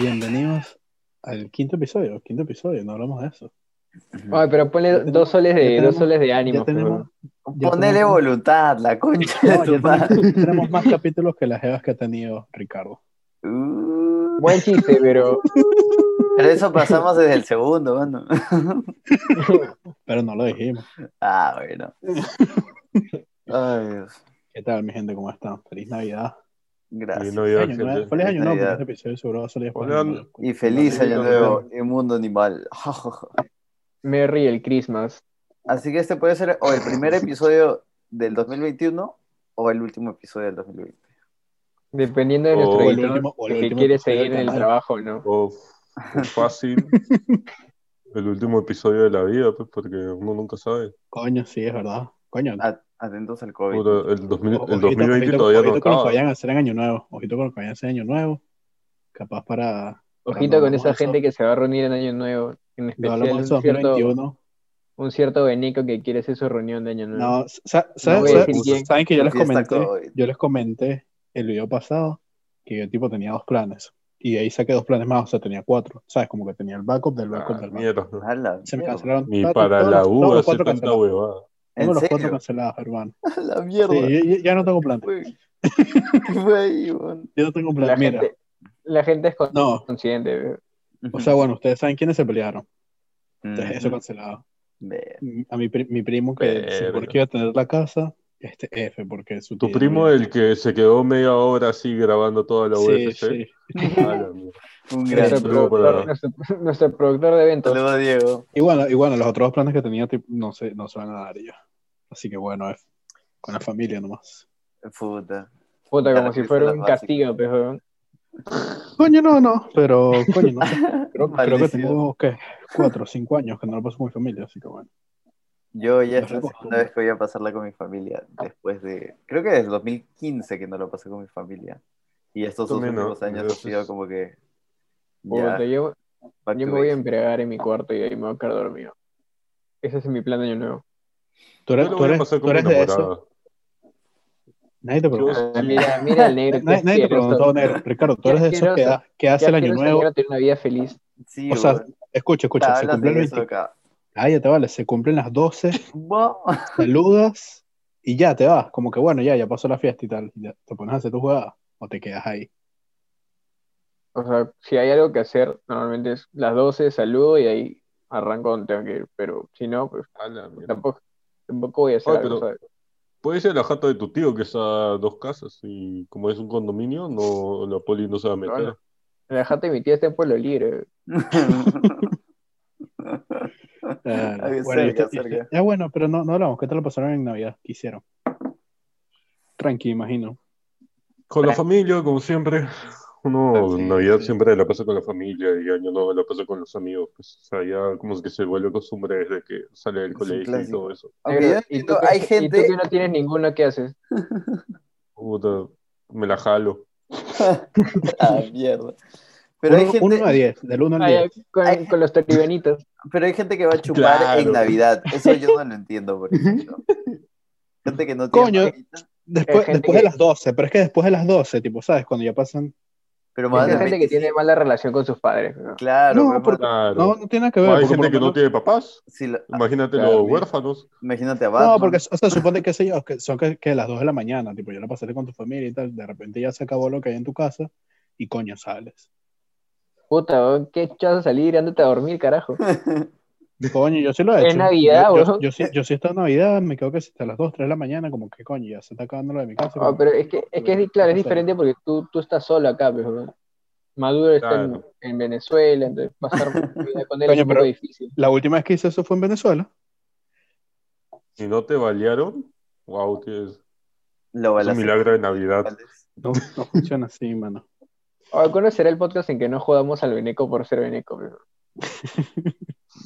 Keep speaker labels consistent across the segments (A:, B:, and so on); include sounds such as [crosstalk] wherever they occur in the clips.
A: Bienvenidos al quinto episodio. Quinto episodio, no hablamos de eso.
B: Ay, pero ponle
A: tenemos-
B: dos soles de,
A: ya tenemos-
B: dos soles de ánimo.
A: Ya tenemos, ya
C: Ponele
A: tenemos-
C: voluntad, la concha
A: [laughs] No,
C: de
A: ya
C: tu madre.
A: tenemos- tenemos más capítulos que las evas que ha tenido Ricardo.
C: Uh,
B: Buen chiste, pero
C: Pero eso
A: [laughs]
C: pasamos desde el segundo, mano.
A: Pero no lo dijimos. [laughs]
C: Ah, bueno. Ay, Dios.
A: ¿Qué tal, mi gente? ¿Cómo están? Feliz Navidad.
C: Gracias.
D: Feliz Navidad,
A: Año nuevo.
D: gente.
A: Feliz año nuevo, porque
C: Navidad.
A: este episodio seguro va a salir después.
D: Hola.
A: de Navidad.
C: Y feliz
D: Feliz
C: año
D: Navidad.
C: nuevo, el mundo animal. [laughs]
B: Merry el Christmas.
C: Así que este puede ser o el
A: [laughs]
C: primer episodio del 2021 o el último episodio del 2020.
B: Dependiendo de
D: O
B: nuestro
A: O el
B: editor,
A: último- o el
B: que
A: último
B: quiere
A: episodio
B: seguir en
A: del
B: el
A: canal.
B: trabajo o no.
D: O, o fácil.
A: [laughs]
D: el último episodio de la vida, pues, porque uno nunca sabe.
A: Coño, sí, es verdad. Coño,
C: A- Atentos al COVID.
D: Puta, el, 2000 el
A: o- ojito-
D: 2020
A: ojito-
D: todavía
A: ojito
D: no
A: con lo que
D: acaba.
A: vayan a hacer en año nuevo. Ojito con lo que vayan a hacer en año nuevo. Capaz para.
B: Ojito con esa gente
A: que.
B: que se va a reunir en Año Nuevo. En
A: No
B: especial
A: hablamos de
B: un, cierto,
A: 2021.
B: un cierto Benico que quiere hacer su reunión de Año Nuevo.
A: No, sa- sa-
B: No voy a
A: sa-
B: decir quién.
A: saben que yo les
C: Fiesta
A: comenté,
C: COVID.
A: yo les comenté el video pasado que yo tipo tenía dos planes y de ahí saqué dos planes más, o sea, tenía cuatro, ¿sabes? Como que tenía el backup del backup
D: Ah,
A: del backup.
D: mierda.
C: A la
A: Se me
C: mierda.
A: cancelaron.
D: Ni
A: todos-
D: para
A: todos-
D: la
A: todos
D: U
A: los
D: hace
A: cuatro
D: tanta
A: cancelados.
D: huevada.
A: Tengo
C: ¿En
A: los cuatro
C: serio?
A: cancelados, hermano.
C: [laughs] A la
A: Sí,
C: mierda.
A: yo- yo- ya no tengo plan. [laughs]
C: Uy. ¿Qué fue ahí, weón?
A: Yo no tengo plan.
B: la,
A: Mira,
B: gente, la gente es
A: no.
B: consciente.
A: O sea, bueno, ustedes saben quiénes se pelearon. Entonces,
C: Mm.
A: eso cancelado.
C: Ver.
A: A mi, pri- mi primo que
D: Verga.
A: seguro que iba a tener la casa, este F, porque su
D: Tu
A: tía-
D: primo, el que se quedó media hora así grabando toda la
A: Sí,
D: UFC.
A: sí.
D: [laughs] A la mierda.
C: Un gran
B: Nuestro
D: Gracias.
B: productor, nuestro, nuestro productor de eventos.
C: saludo, Diego.
A: Y bueno, y bueno, los otros dos planes que tenía tipo, no se, no se van a dar ya. Así que bueno, es con la familia nomás.
C: Puta.
B: Puta,
C: Claro,
B: como si
C: que
B: fuera
C: son
B: un
C: las básicas.
B: castigo, pero
A: Coño, no, no, pero coño, no sé. Creo, creo que
C: Maldecido.
A: tengo, ¿qué? Cuatro o cinco años que no lo paso con mi familia, así que bueno.
C: Yo ya es
A: Nos
C: la
A: vemos.
C: segunda vez que voy a pasarla con mi familia. Después de. Creo que desde el 2015 que no lo pasé con mi familia. Y estos
D: Tú
C: dos
D: menos,
C: últimos años ha
D: entonces.
C: sido como que. Ya,
B: puta, yo,
C: back
B: Yo me
C: to
B: voy a
C: basics.
B: embriagar en mi cuarto y de ahí me voy a quedar dormido. Ese es mi plan de año nuevo.
A: Tú
D: Yo
A: eres,
D: lo
A: tú
D: voy a
A: eres,
D: pasar
A: tú
D: con mi
A: eres de eso.
D: enamorada.
A: Nadie te preguntó.
B: Ah, mira, mira el
A: [laughs]
B: negro.
A: Nadie, nadie te preguntó, negro. Ricardo, tú eres de esos que,
B: asqueroso.
A: ha- que hace el año nuevo.
B: Tiene una vida feliz.
C: Sí,
A: O sea,
C: weón.
A: Escucha, escucha, se
C: Hablas
A: cumple el
C: de eso
A: 20.
C: acá.
A: Ah, ya te vale, se cumplen las 12,
C: [laughs] Bo-
A: saludas y ya te vas. Como que bueno, ya, ya pasó la fiesta y tal. Ya te pones a hacer tu jugada o te quedas ahí.
B: O sea, si hay algo que hacer, normalmente es las 12, saludo y ahí arranco donde tengo que ir. Pero si no, pues
D: A la mierda.
B: tampoco, tampoco voy a
C: Oh,
B: hacer
D: Ay,
B: algo,
D: pero-
B: ¿sabes?
D: Puede ser la jata de tu tío, que está a dos casas. Y como es un condominio, no, la poli no se va a meter.
B: Claro. La jata de mi tía está en Pueblo Libre.
A: Eh,
C: Ahí,
A: bueno, y
C: cerca,
A: usted- y usted-
C: cerca.
A: ya bueno, pero no, no hablamos. ¿Qué tal lo pasaron en Navidad? ¿Qué hicieron? Tranqui, imagino.
D: Con la familia, como siempre. Uno,
C: Ah, sí,
D: Navidad
A: sí.
D: siempre la pasa con la familia y Año Nuevo la pasa con los amigos. Pues, o sea, ya como que se vuelve costumbre desde que sale del
C: Es un
D: colegio y
C: clásico.
D: todo eso.
C: Aunque
B: Negro, y,
C: yo
B: tú
C: entiendo,
B: que,
C: hay
B: y tú
C: gente.
B: que no tienes ninguno, ¿qué haces?
D: Puta, me la jalo.
C: [laughs] Ah, mierda. Pero
A: uno,
C: hay gente.
A: uno a 10, del 1 al
B: Ay,
A: 10.
B: ay, con,
C: Ay.
B: con los talibanitos.
C: [laughs] Pero hay gente que va a chupar
D: Claro.
C: en Navidad. Eso yo no lo entiendo, por ejemplo. Gente que no tiene
A: Coño.
C: varita,
A: Después,
B: gente
A: después de
B: que-
A: las 12, pero es que después de las 12, tipo, ¿sabes? Cuando ya pasan.
C: pero más
B: Hay
C: de
B: gente que
C: 25.
B: tiene mala relación con sus padres. ¿no?
C: Claro,
A: No,
C: pero
A: porque-
C: mano,
D: Claro.
A: No, no tiene que
D: O
A: ver.
D: hay
A: porque por
D: gente
A: lo
D: que no
A: menos-
D: tiene papás.
C: si la-
D: Imagínate
B: claro.
D: los huérfanos.
C: imagínate a
A: No,
C: Batman.
A: porque, o sea, supone que sé yo, que son que, que las 2 de la mañana, tipo, ya la pasaste con tu familia y tal, de repente ya se acabó lo que hay en tu casa y coño sales.
B: Puta, weón, qué chazo salir, ándate a dormir, carajo.
A: Coño, yo sí lo he hecho.
B: Es Navidad,
A: yo, yo,
B: bro.
A: yo sí, yo sí esta Navidad, me quedo que hasta las 2, 3 de la mañana, como que coño, ya se está acabando lo de mi casa.
B: Ah,
A: como-
B: pero es que, es que es, di- claro, es
A: Está bien.
B: diferente porque tú, tú estás solo acá, pero Maduro está en-
D: Claro.
B: en, Venezuela, entonces pasar vida con él
A: Coño,
B: es un
A: pero-
B: poco difícil.
A: La última vez que hice eso fue en Venezuela.
D: Si no te balearon, wow, tienes-
C: [laughs] Lo
D: es un
C: balacé.
D: milagro de Navidad.
A: No, no funciona así, mano.
B: Ahora, ¿cuándo será el podcast en que no jodamos al Beneco por ser Beneco? pero?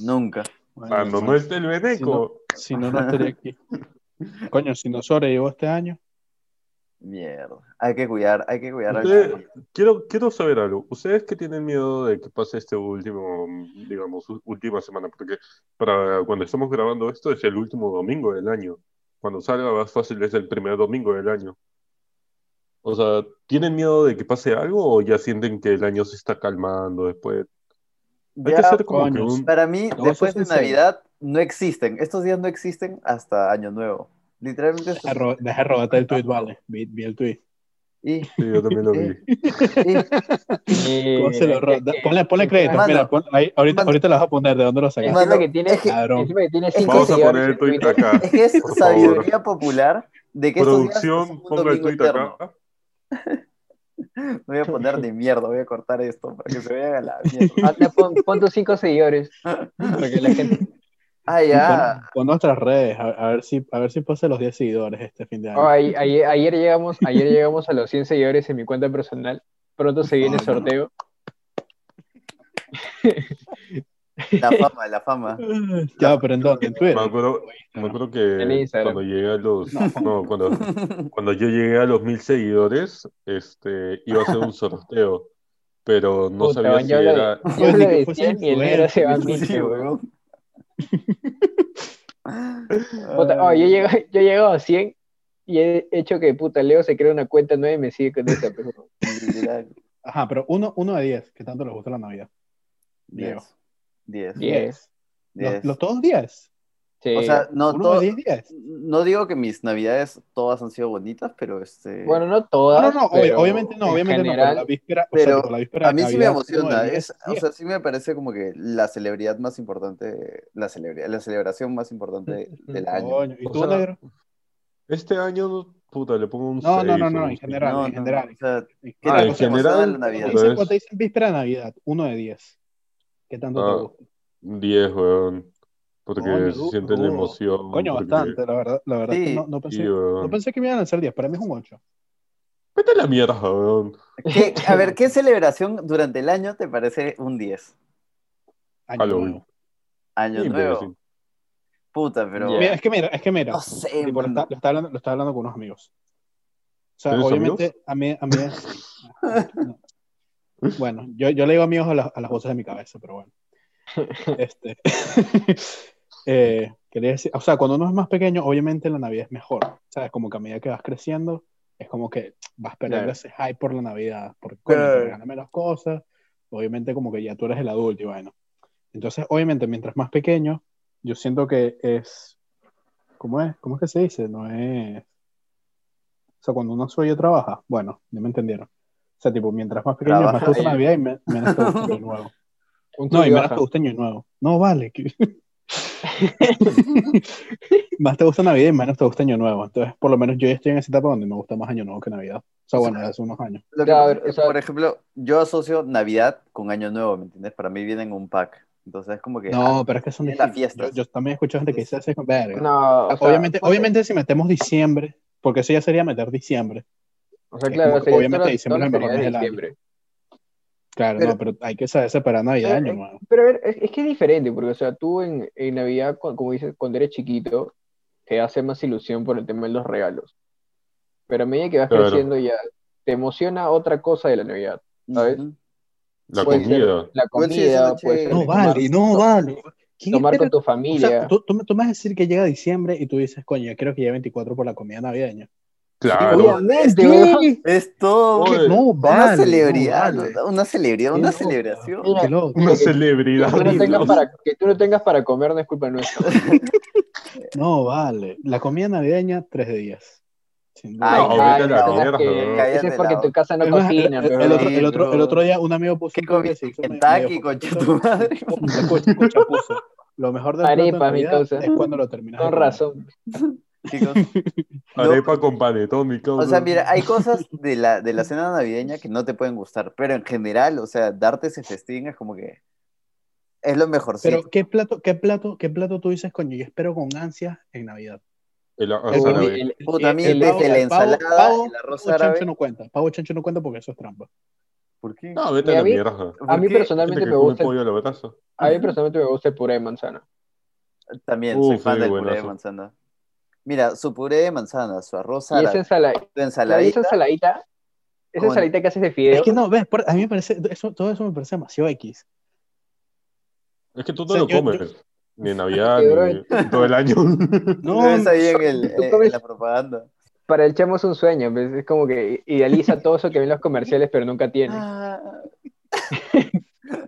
C: Nunca.
A: Bueno,
D: Cuando Ah, no
A: bueno,
D: esté el veneco.
A: Si no, no estaría aquí. Coño, si no sobrevivo este año.
C: Mierda. Hay que cuidar, hay que cuidar al
D: Ustedes-
C: chaval.
D: Quiero, quiero saber algo. ¿Ustedes qué tienen miedo de que pase este último, digamos, u- última semana? Porque para cuando estamos grabando esto es el último domingo del año. Cuando salga más fácil es el primer domingo del año. O sea, ¿tienen miedo de que pase algo o ya sienten que el año se está calmando después? Hay
C: Ya,
D: que hacer como que
A: coño,
D: un...
C: Para mí,
A: voy a
C: después
A: ser
C: de
A: sincero.
C: Navidad, no existen. Estos días no existen hasta Año Nuevo. Literalmente. estos-
A: Deja, ro- deja robarte el tweet, vale. Vi, vi el tweet.
C: Y,
D: Sí, yo también lo vi.
C: y-
B: Eh,
A: ¿Cómo se lo ro- da- Ponle, ponle crédito,
C: Mano.
A: mira, pon- ahí, ahorita,
C: Mano.
A: ahorita lo vas a poner de dónde lo sacaste.
C: Mano,
B: Encima que tiene,
C: es que-
A: Cabrón.
B: encima que tiene cinco
D: Vamos a
B: seguidores
D: poner el
B: en
D: tweet
B: Twitter.
C: [laughs]
D: acá.
C: es que es
D: [laughs] Por favor.
C: sabiduría popular de que estos días son
D: Producción,
C: un
D: ponga el
C: domingo
D: tweet
C: eterno.
D: acá.
C: No voy a poner ni mierda, voy a cortar esto para que se vean a la mierda.
A: [laughs]
B: Anda, pon, pon tus cinco seguidores. Para que la gente.
C: Ah, ya.
A: Pon, pon nuestras redes, a, a ver si a ver si pasa los 10 seguidores este fin de año.
B: Oh, ay- ayer, ayer llegamos, ayer llegamos a los 100 seguidores en mi cuenta personal. Pronto se viene
A: Ay,
B: el sorteo.
C: La fama, la fama.
A: ya, pero ¿en dónde? ¿En Twitter?
D: Me acuerdo, me acuerdo
B: En
D: que
B: Instagram.
D: cuando llegué a los...
A: No.
D: No, cuando,
A: [laughs]
D: cuando yo llegué a los mil seguidores, este, iba a ser
A: [laughs]
D: un sorteo, pero no
B: Puta,
D: sabía
B: man,
D: si
B: ya habla
D: era...
A: Yo
B: Yo
A: dije
B: le
A: que fuese
B: decía y el negro se va a mil.
A: influencer.
C: Sí,
B: [laughs]
C: weón. Ah,
B: Puta,
A: Ah.
B: oh, yo llego, [laughs] yo llego a 100 y he hecho que puta Leo se crea una cuenta nueva y me sigue con esa. pues, pero-
D: [laughs]
C: Literal.
A: Ajá, pero uno, uno de 10, que tanto les gusta la Navidad. Diego.
C: 10. 10.
B: Diez. Eh,
A: Los-
C: 10.
A: ¿Los todos 10?
B: Sí.
C: O sea, no,
A: ¿Uno
C: todo-
A: de 10, 10?
C: no digo que mis navidades todas han sido bonitas, pero este.
B: bueno, no
A: No, no,
B: todas.
A: no, ob-
B: pero
A: obviamente no,
B: en
A: obviamente no,
B: general,
A: pero la víspera, o
C: pero
A: sea, tipo, la víspera
C: a
A: de
C: mí sí me
A: Navidad, uno
C: emociona.
A: de 10,
C: es- o
A: 10.
C: sea, sí me parece como que la celebridad más importante, la, celebra, la celebración más importante
D: [laughs]
C: del año.
A: Coño, ¿y
D: O
A: tú,
D: sea,
A: negro?
D: Este año, puta, le pongo un
A: No, no, no,
D: seis,
A: no,
D: un
A: en
D: cinco.
A: general. en general.
C: o sea,
A: ¿Qué
C: ¿qué
D: Ah,
A: tal
D: en
A: cosa
C: te emociona
D: general,
C: la
A: te
C: Navidad?
A: dicen
D: Entonces-
A: cuando te dicen víspera de Navidad, uno de 10. ¿Qué tanto
D: Ah,
A: te gusta?
D: 10, weón. Porque
A: Coño,
D: se
A: du-
D: siente la
A: duro.
D: emoción.
A: Coño,
D: porque-
A: bastante, la verdad, la verdad es que
C: Sí.
A: no, no pensé,
D: Sí, weón.
A: no pensé que me iban a hacer 10, para mí es un 8.
D: Vete a la mierda, weón.
C: ¿Qué- a ver, ¿qué celebración durante el año te parece un 10?
A: Año
D: Halloween.
A: nuevo.
C: Año
D: Sí,
C: nuevo.
D: pero sí.
C: Puta, pero.
B: Ya.
A: Mira, es que mira, es que mira,
C: No sé,
A: tipo, lo,
C: mano.
A: está- lo está hablando, lo está hablando con unos amigos. O sea,
D: ¿Tienes
A: obviamente a mí, a mí- no. Bueno, yo, yo le digo amigos a, las- a las voces de mi cabeza, pero bueno. Este, [laughs] eh, quería decir, o sea, cuando uno es más pequeño, obviamente la Navidad es mejor. ¿Sabes? Como que a medida que vas creciendo, es como que vas perdiendo
B: Claro.
A: ese hype por la Navidad, porque coño, te
C: Claro.
A: regalan menos cosas. Obviamente, como que ya tú eres el adulto y bueno. Entonces, obviamente, mientras más pequeño, yo siento que es. ¿Cómo es? ¿Cómo es que se dice? No es. O sea, cuando uno sueño trabaja. Bueno, ya me entendieron. O sea, tipo, mientras más pequeño,
C: Trabaja
A: más te gusta
C: ahí.
A: Navidad y men- menos te gusta Año Nuevo.
B: un
A: No, y
B: culo
A: menos
B: baja.
A: te gusta Año Nuevo. No, vale. que- más te gusta Navidad y menos te gusta Año Nuevo. Entonces, por lo menos yo ya estoy en esa etapa donde me gusta más Año Nuevo que Navidad. O sea, bueno, hace unos años.
C: Lo que
B: Ya, a
C: pasa
B: ver,
C: es que,
B: o sea-
C: por ejemplo, yo asocio Navidad con Año Nuevo, ¿me entiendes? Para mí vienen un pack. Entonces es como que.
A: No, pero es que son
C: Es la
A: distintos.
C: fiesta.
A: Yo, yo también escucho gente que dice así, verga.
B: No, o sea, pues,
A: obviamente,
B: ponte-
A: obviamente si metemos diciembre, porque eso ya sería meter diciembre.
B: O sea,
A: es
B: claro,
A: como que
B: sería
A: obviamente
B: todas-
A: diciembre
B: todas
A: es el mejor
B: las
A: mes del
B: navidades de
A: año.
B: diciembre.
A: Claro,
C: Pero-
A: no, pero Eh, hay que saber separar Navidad de
B: Pero-
A: Año Nuevo.
B: Pero a ver, es, es que es diferente, porque, o sea, tú en, en Navidad, cu- como dices, cuando eres chiquito, te hace más ilusión por el tema de los regalos. Pero a medida que vas
D: Claro.
B: creciendo ya, te emociona otra cosa de la Navidad. ¿sabes?
C: ah, Ujú.
D: La
B: Puede ser.
D: comida.
B: La
C: Igual sigue siendo
B: comida, puede
C: chévere.
B: ser
A: No
B: tomar,
A: vale, no vale. ¿Quién
B: tomar con
A: espera-
B: tu
A: o
B: familia.
A: sea, tú, tú, me- tú me vas a decir que llega diciembre y tú dices, coño, yo quiero que llegue 24 por la comida navideña.
D: Claro.
B: Obviamente,
A: ¿Qué?
B: weón.
C: Es todo.
D: Oye,
A: No
C: Una
A: vale.
C: celebridad,
A: no vale.
C: una celebridad,
A: Qué
C: una
A: loco.
C: celebración.
B: Mira,
A: Qué loco.
D: [laughs] Una
B: que- Que
D: celebridad.
B: tú, no tengas
D: Dios.
B: para, que tú no tengas para comer no es culpa nuestra.
A: [laughs] No vale. La comida navideña, tres de días. Sin duda.
C: Ay,
D: No,
C: ay,
D: vete a la
B: no,
D: mierda,
B: que-
D: weón.
B: Eso es
C: Cállate
B: porque
C: la
B: tu
C: boca.
B: casa no
A: Es más, el,
B: cocina, pero
A: el otro, el otro-
C: no.
A: el otro día un amigo puso
C: ¿Qué
A: un tweet
C: comí?
A: que se hizo medio-
C: Kentucky,
A: medio
C: concha
A: famoso.
C: tu madre.
A: [laughs] Escucha, escucha, puso, Lo mejor del plato de
B: Arepa, mi
A: Navidad
B: causa.
A: es cuando lo terminas. de
B: con
A: comer".
B: razón.
C: Chicos, no.
D: Arepa con panetón, mi
C: O
D: causa.
C: sea, mira, hay cosas de la, de la cena navideña que no te pueden gustar, pero en general, o sea, darte ese festín es como que es lo mejorcito.
A: Pero ¿qué plato, qué plato, qué plato tú dices, coño, yo espero con ansias en Navidad?
D: El- ah,
A: el-
D: árabe.
B: Uy, el-
C: Puta, a mí
B: el
C: desde
B: pavo-
C: la
A: eh, el pavo-
C: ensalada,
A: pavo-
C: el arroz
A: Pavo chancho
C: árabe.
A: no cuenta, pavo chancho no cuenta porque eso es trampa.
C: ¿Por qué?
D: No, vete
B: Y
D: a
B: a
D: la
B: mí-
D: mierda.
B: a mí
C: ¿Por qué?
B: personalmente
D: Gente que
B: me
D: come
B: gusta,
D: pollo a la brasa.
B: a mí personalmente me gusta el puré de manzana.
C: También
D: Uf,
C: soy fan
D: sí,
C: del
D: buenazo.
C: puré de manzana. Mira, su puré de manzana, su arroz
B: Y esa
C: árabe,
B: ensaladita,
C: su
B: esa
C: ensaladita.
B: ensaladita, esa
C: Con-
B: ensaladita que haces de
A: Es
B: fideo,
A: que no, ves, por- a mí me parece, eso, todo eso me parece demasiado X.
D: Es que tú
A: O
D: no
A: sea,
D: lo
A: yo-
D: comes. Ni en Navidad,
B: Sí,
D: ni en todo el
A: No,
D: año.
C: [laughs] Lo ves ahí en, el, eh,
B: Tú
C: en
B: comes-
C: la propaganda.
B: para el chamo es un sueño, pues, es como que idealiza todo eso que ven los comerciales, pero nunca tiene.
C: Ah,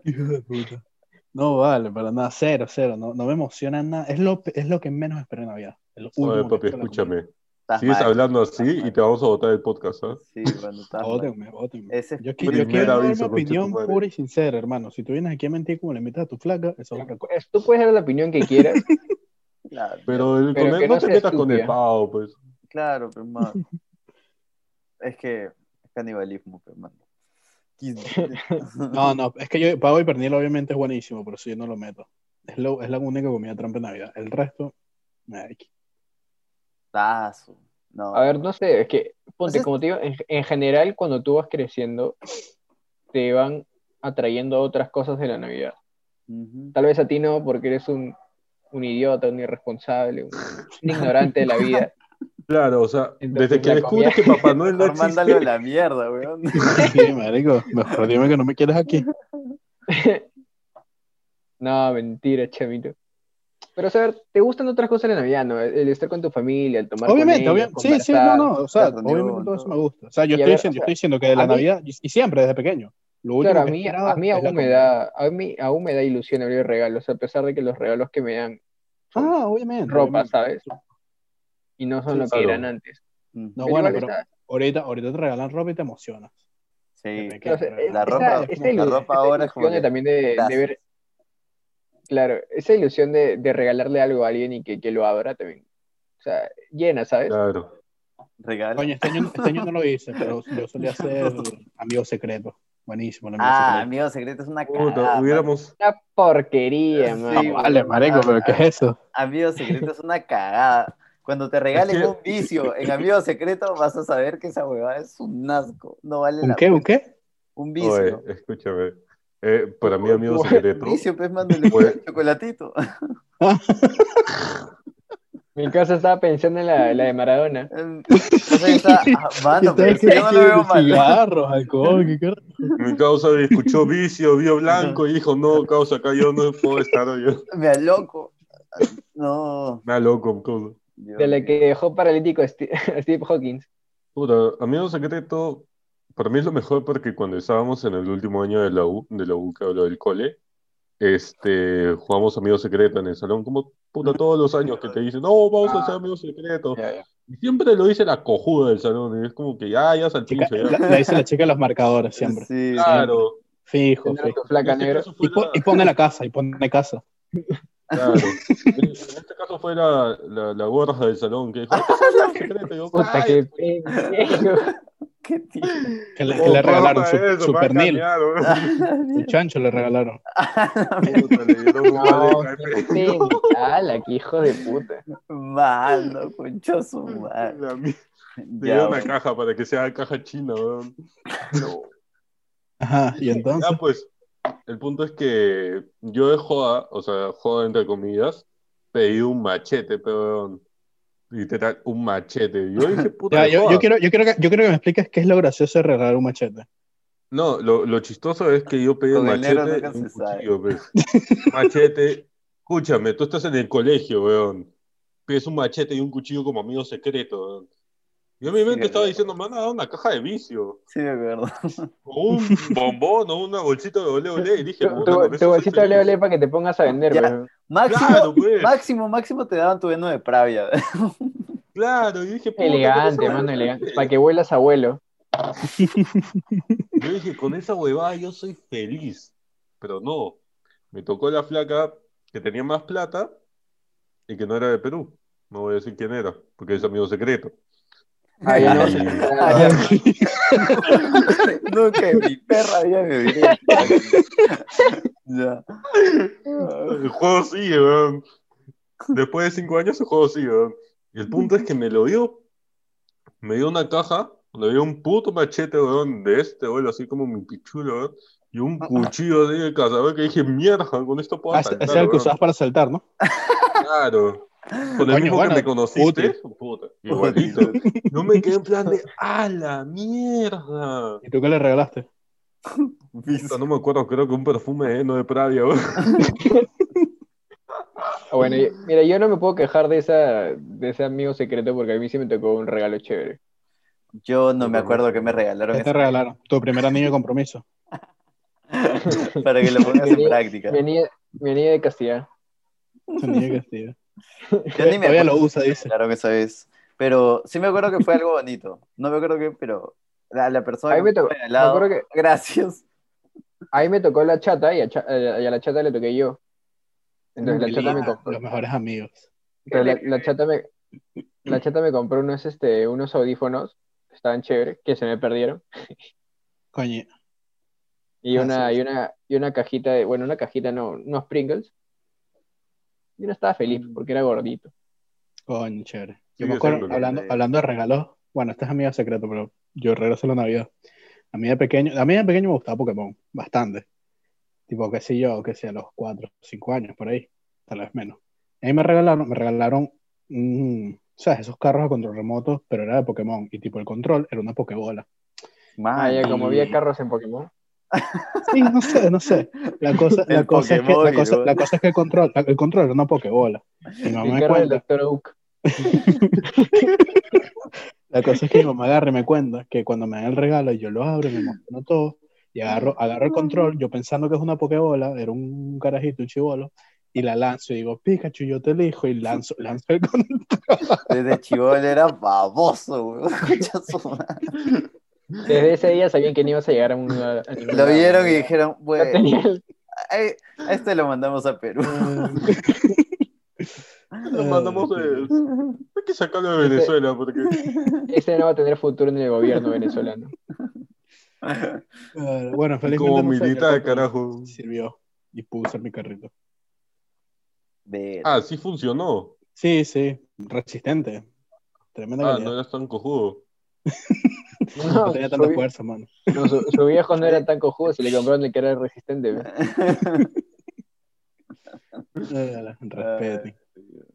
A: Hijo de puta. No vale, para nada, cero, cero, no, no me emociona nada. Es lo, es lo que menos espero en Navidad. Es lo
D: Oye,
A: último que
D: papi,
A: espero en la
D: escúchame.
C: estás
D: Sigues
C: mal.
D: hablando así
C: mal.
D: y te vamos a botar el podcast, ¿ah?
C: Sí, Brandon, estás
A: Navidad.
C: mal.
A: Bótenme, bótenme.
C: Ese es
A: Oh, Yo, qui-
C: primer
A: yo quiero dar
D: aviso,
A: una
D: concha de tu
A: opinión
D: madre.
A: pura y sincera, hermano. Si tú vienes aquí a mentir como le metes a tu flaca, eso es otra cosa.
B: Es- Pues, Tú puedes dar la opinión que quieras,
C: [laughs] Claro,
D: Pero, el-
B: Pero
D: con
B: que
D: el, no
B: no
D: te
B: sea
D: metas con el
B: estúpida.
D: pavo, pues.
C: claro, pero man. Es que es canibalismo, pero man. [laughs]
A: No, no, es que yo, pavo y pernil obviamente es buenísimo, pero eso yo no lo meto. Es, lo- es la única comida trampa en Navidad. El resto, ay,
D: [laughs]
C: Tazo. No.
B: A ver, no sé, es que,
C: O
B: ponte,
C: sea-
B: como te digo, en, en general, cuando tú vas creciendo, te van atrayendo a otras cosas de la Navidad.
C: Ujú.
B: Tal vez a ti no, porque eres un, un idiota, un irresponsable, un,
A: [laughs]
B: un ignorante de la vida.
D: Claro, o sea,
B: Entonces,
D: desde que
B: la
D: descubres que
B: comida-
C: [laughs]
D: Papá Noel no
C: Mejor mándalo a
D: existe,
C: la mierda, weón.
A: sí, marico, mejor dime que no me quieres aquí.
B: No, mentira, chavito. Pero, o sea, ¿te gustan otras cosas de la Navidad, no? El, el estar con tu familia, el tomar con
A: Obviamente,
B: ellos,
A: obviamente, sí, sí, no,
B: conversar.
A: no, o sea,
C: conversar,
A: obviamente
C: reunión,
A: todo eso
C: todo.
A: me gusta. O sea, yo
B: Y a
A: estoy,
B: ver,
A: diciendo,
B: o sea,
A: estoy diciendo que de la
B: a mí-
A: Navidad, y, y siempre desde pequeño, lo último
B: Claro, a
A: que
B: mí,
A: esperaba
B: a mí
A: es
B: aún
A: la
B: me
A: comida.
B: da, a mí aún me da ilusión abrir regalos, a pesar de que los regalos que me dan son
A: Ah, obviamente.
B: ropa,
A: obviamente.
B: ¿sabes? Y no son
A: Sí,
B: lo que
D: claro.
B: eran antes.
A: No,
D: Ah,
B: Pero
A: bueno,
B: igual
A: pero
B: está-
A: ahorita, ahorita te regalan ropa y te emocionas.
C: Sí.
A: Te
B: pero, o sea,
A: pero-
B: es-
C: La
B: esa-
C: ropa-
B: esa
A: la
B: ilu-
C: ropa
B: esa
C: ahora es como
B: ilusión de
C: que,
B: también de, de
C: gracias.
B: ver, claro, esa ilusión de, de regalarle algo a alguien y que, que lo abra también. O sea, llena, ¿sabes?
D: claro.
C: Regalo.
A: Coño, este año, este año no lo hice,
B: [laughs]
A: pero yo solía hacer amigo secreto. Buenísimo, el amigo
C: Ah,
A: secreto.
C: amigo secreto es una
D: Puta,
C: cagada.
D: hubiéramos...
B: Una porquería,
C: Sí,
B: man.
A: Ah, vale, marico, pero ¿qué
B: Ah,
A: es eso?
C: Amigo secreto es una cagada. Cuando te regalen
D: Es que-
C: un vicio en amigo secreto, vas a saber que esa huevada es un asco. No vale
A: ¿Un
C: la
A: qué?
C: pena.
A: ¿Un
B: [laughs]
A: qué?
C: Un
D: Oye,
C: vicio.
D: escúchame. Eh, para mí, amigo
B: Oye,
C: Un
D: secreto...
C: vicio, pues, mándale
D: Oye.
C: un chocolatito.
B: Mi casa estaba pensando en la, la de Maradona.
C: Entonces, esa,
A: [laughs]
D: [laughs]
C: ah, mano, pero
A: ¿Ustedes
C: si yo no
A: qué
C: lo veo
A: quieren?
C: mal.
D: ¿ah?
A: Cigarros, alcohol, ¿qué carajo?
D: Mi causa escuchó vicio, vio blanco y dijo, no, causa, acá yo no puedo estar, yo
C: [laughs] Me aloco. No.
D: me loco. Cosa.
C: Dios
B: De la
C: mío.
B: que dejó paralítico a Steve, a [laughs] Steve Hawkins.
D: Puta, amigo secreto, para mí es lo mejor porque cuando estábamos en el último año de la U, de la U, que hablo del cole, este, jugamos amigo secreto en el salón, como puta, todos los años que te dicen, no, vamos a hacer amigo secreto. Y siempre lo dice la cojuda del salón, y es como que ya, ya
A: Chica-
D: salchicho,
A: la,
D: ya.
A: la dice la chica de los marcadores siempre.
C: Sí.
D: Claro,
A: Fijo,
B: Tendrá
A: fijo.
B: tu flaca
D: En este
B: negro.
D: caso fue
A: Y, po-
D: la-
A: y pone la casa, y pone casa.
D: Claro. En este caso fue la, la, la gorda del salón que dijo, "Ah, es amigo secreto", y yo,
B: Puta,
D: "Ay,
B: qué pendejo.
D: [laughs]
C: Qué tío.
A: Que le,
D: Oh,
A: que le
D: pasa
A: regalaron su,
D: eso,
A: su
D: va a
A: pernil,
D: cambiar, bro.
A: su chancho le regalaron.
D: Puta, le dieron un
B: No,
D: mal de
B: qué
D: café.
B: pendejo, qué hijo de puta.
C: [laughs] Mano, conchoso, madre.
D: La mierda. Le
C: Ya,
D: dieron una
C: bueno.
D: caja para que sea caja china, weón.
A: Ajá, y entonces.
D: Ah, pues, el punto es que yo de joda, o sea, joda entre comillas, pedí un machete, pero literal, un machete. Yo
C: [laughs]
D: dije, puta,
A: Ya,
D: de
A: yo,
D: joda.
A: yo quiero, yo, quiero que, yo quiero que me expliques qué es lo gracioso de regalar un machete.
D: No, lo, lo chistoso es que yo pedí
C: Con
D: un
C: el negro
D: machete
C: nunca
D: y un
C: se sabe.
D: cuchillo, pues. Machete. Escúchame, tú estás en el colegio, weón. Pides un machete y un cuchillo como amigo secreto, weón. Yo en mi mente
C: Sí,
D: estaba
C: weón.
D: diciendo, me van a dar una caja de vicio.
C: Sí, me acuerdo.
D: O un bombón o una bolsita de ole ole. Y dije,
B: Tu,
D: puta, con
B: tu,
D: eso
B: tu
D: soy
B: bolsita
D: feliz.
B: ole ole para que te pongas a vender,
C: Ya.
B: weón.
C: Máximo,
D: Claro, pues.
C: máximo, máximo te daban tu veno de pravia.
D: Claro. Y dije, puta, con
B: Elegante,
D: esa
B: mano,
D: huevada-
B: elegante. Para que vuelas abuelo.
D: Yo dije, con esa huevada yo soy feliz. Pero no. Me tocó la flaca que tenía más plata y que no era de Perú. No voy a decir quién era, porque es amigo secreto.
B: Ah, ya no. Ah, ya.
C: [laughs] Nunca en mi perra había bebido. ya.
D: El juego sigue, weón. Después de cinco años, el juego sigue, weón. Y el punto es que me lo dio. Me dio una caja, le dio un puto machete, weón, de este, weón, así como mi pichulo, weón. Y un cuchillo así de cazador que dije, mierda, con esto puedo
A: Ah, ese
D: asaltar,
A: es el que
D: weón".
A: usabas para saltar, ¿no?
D: Claro. Con el
A: Coño,
D: mismo
A: bueno,
D: que me conociste,
A: útil. [laughs]
D: puta, igualito. Yo me quedé en plan de, ¡a la mierda!
A: ¿Y tú qué le regalaste?
D: Puta, no me acuerdo, creo que un perfume de heno de Pravia, weón.
B: Ah, Bueno, yo- mira, yo no me puedo quejar de, esa, de ese amigo secreto porque a mí sí me tocó un regalo chévere.
C: Yo no me acuerdo qué me regalaron
A: ¿Qué te regalaron? Tu primer anillo de compromiso.
C: eso, para que lo pongas
B: [laughs]
C: en
B: Mi-
C: práctica.
B: Mi anilla, mi anilla de castidad.
A: Tu anillo de
C: [laughs]
A: castidad.
C: Yo ni me
A: Todavía
C: acuerdo
A: lo usa, dice.
C: Claro que sabes. Pero sí me acuerdo que fue algo bonito. No me acuerdo que, pero la, la persona
B: A
C: que
B: mí me tocó-
C: regalado,
B: me acuerdo
C: gracias.
B: Ahí me tocó la chata y a, cha- eh, y a la chata le toqué yo. Entonces la chata me
A: Ah,
B: compró.
A: Los mejores amigos.
B: pero la, la chata me, la chata me compró unos, este, unos audífonos que estaban chéveres, que se me perdieron.
A: Coño.
B: Y una,
A: Así
B: y una, y una cajita de, bueno, una cajita no, unos Pringles. Y uno estaba feliz porque era gordito.
A: Coño, chévere. Yo
D: Sí,
A: me
D: yo
A: acuerdo,
D: siempre lo
A: hablando,
C: regalé.
A: hablando de regalos, bueno, este es amigo secreto, pero yo regreso a la Navidad. A mí de pequeño, a mí de pequeño me gustaba Pokémon, bastante. Tipo, qué sé yo, qué sé, a los 4, 5 años, por ahí, tal vez menos. Y ahí me regalaron, me regalaron, mm, ¿sabes? Esos carros a control remoto, pero era de Pokémon. Y tipo, el control era una Pokébola.
B: Ah, ya,
C: Man,
B: como había carros en Pokémon.
A: Sí, no sé, no sé. La cosa, la
C: El
A: cosa, es, que, la
C: Pokémon,
A: cosa,
C: igual.
A: la cosa es que el control, la- el control era una Pokébola. Mi mamá
B: El
A: me
B: carro del
A: cuenta.
B: Dr. Oak.
A: La cosa es que mi mamá agarra y me cuenta que cuando me dan el regalo y yo lo abro, me emociono todo, y agarro, agarro el control, yo pensando que es una pokebola, era un carajito, un chivolo, y la lanzo y digo, Pikachu, yo te elijo, y lanzo, lanzo el
D: [laughs]
A: control.
C: Desde chivón era baboso, weón. [laughs] Concha su madre.
B: Desde ese día sabían que no ibas a llegar a un lugar. a ningún
C: Lo
B: lado.
C: vieron y dijeron,
B: Ya
C: bueno,
B: tenía el-
C: ay, a este lo mandamos a Perú.
D: [laughs] Lo
A: [laughs]
D: mandamos de... Hay que sacarlo de Venezuela porque...
B: Ese no va a tener futuro en el gobierno venezolano.
A: Eh, bueno, felizmente
D: Como
A: no sé,
D: militar,
A: yo creo que
D: carajo.
A: Sirvió y pude usar mi carrito.
C: Ver.
D: Ah, sí funcionó.
A: Sí, sí, resistente. Tremenda
D: Ah,
A: calidad.
D: no eras tan cojudo.
A: [laughs] No
B: No,
A: tenía tanta
B: su,
A: fuerza, mano.
B: no, su- su viejo no era tan cojudo, se le compraron el que era resistente. ve.
A: Eh, respeten.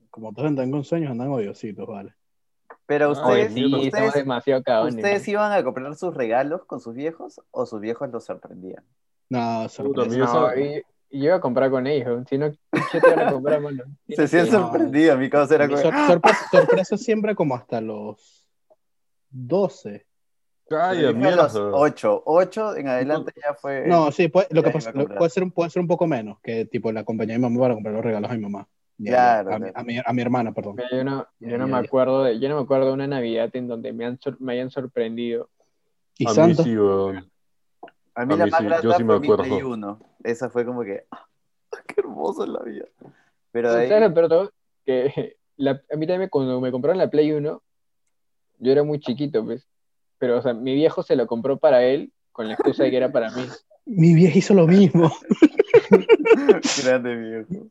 A: Como todos andan con sueños, andan odiositos, vale.
C: [laughs] Pero
D: Oye,
C: ustedes,
B: Sí,
D: mierda.
B: estamos
C: ustedes,
B: demasiado cagones.
C: ¿ustedes
B: man.
C: iban a comprar sus regalos con sus viejos o sus viejos los sorprendían?
A: No,
D: Puta,
A: sorpresa.
D: mira,
B: No, y, y yo iba a comprar con ellos. Si no, ¿qué te van a comprar, mano?
C: Se sienten
A: no.
C: sorprendidos, mi causa era como... "Ah".
A: Sor- sorpre- sorpresa siempre como hasta los 12.
D: Calla,
C: Yo dije a los
D: mierda.
C: 8, 8 en adelante ya fue...
A: No, sí, puede, lo que
C: Eh, Ya
A: pasa,
C: iba a
A: lo- puede, ser, un- puede ser un poco menos, que tipo la compañía de mi mamá para comprar los regalos a mi mamá. Y a-
C: Claro,
A: a, mi-
C: claro.
A: a mi, a mi hermana, perdón.
B: Mira, yo no, yo
A: Ya,
B: no
A: ya,
B: me
A: ya.
B: acuerdo de, yo no me acuerdo de una Navidad en donde me, han sor- me hayan sorprendido.
A: Y
D: A mí
A: Santa,
D: sí, weón.
C: A mí
D: A
C: la
D: mí
C: más
D: sí, yo
C: grata
D: sí me
C: fue mi
D: acuerdo.
C: Play 1. Esa fue como que, ah, qué hermosa es la vida. Pero de ahí,
B: ¿Sabes lo peor de todo? Que [laughs] la- a mí también me- cuando me compraron la Play 1, yo era muy chiquito, pues. Pero, o sea, mi viejo se lo compró para él con la excusa de que era para mí. [laughs]
A: mi vieja hizo lo
C: [laughs]
A: mismo.
C: [laughs] grande viejo.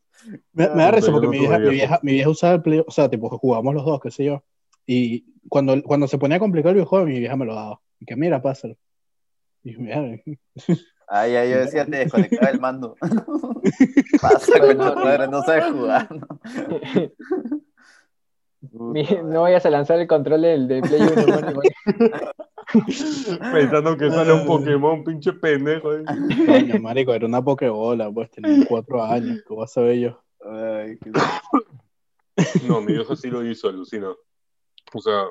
A: Me, me da risa
D: Yo
A: porque
D: no
A: mi
D: tuve
A: vieja, mi,
D: viejo.
A: vieja, mi vieja usaba el play, o sea, tipo jugábamos los dos, qué sé yo. Y cuando, cuando se ponía complicado el videojuego, mi vieja me lo daba. Y que mira, pásalo. Y yo, mira,
C: Ay, ay, yo decía, te desconectaba el mando.
B: [laughs]
C: Pasa con tu madre, no sabes jugar. ¿no?
B: [laughs] Mi- no vayas a lanzar el control del, del Play 1, mano, igual.
D: Pensando que sale un Pokémon, pinche pendejo. eh.
A: coño, marico, era una pokebola, pues tenía cuatro años, ¿cómo vas a saber yo?
C: Ay, qué-
D: No, mi viejo sí lo hizo, alucina. O sea,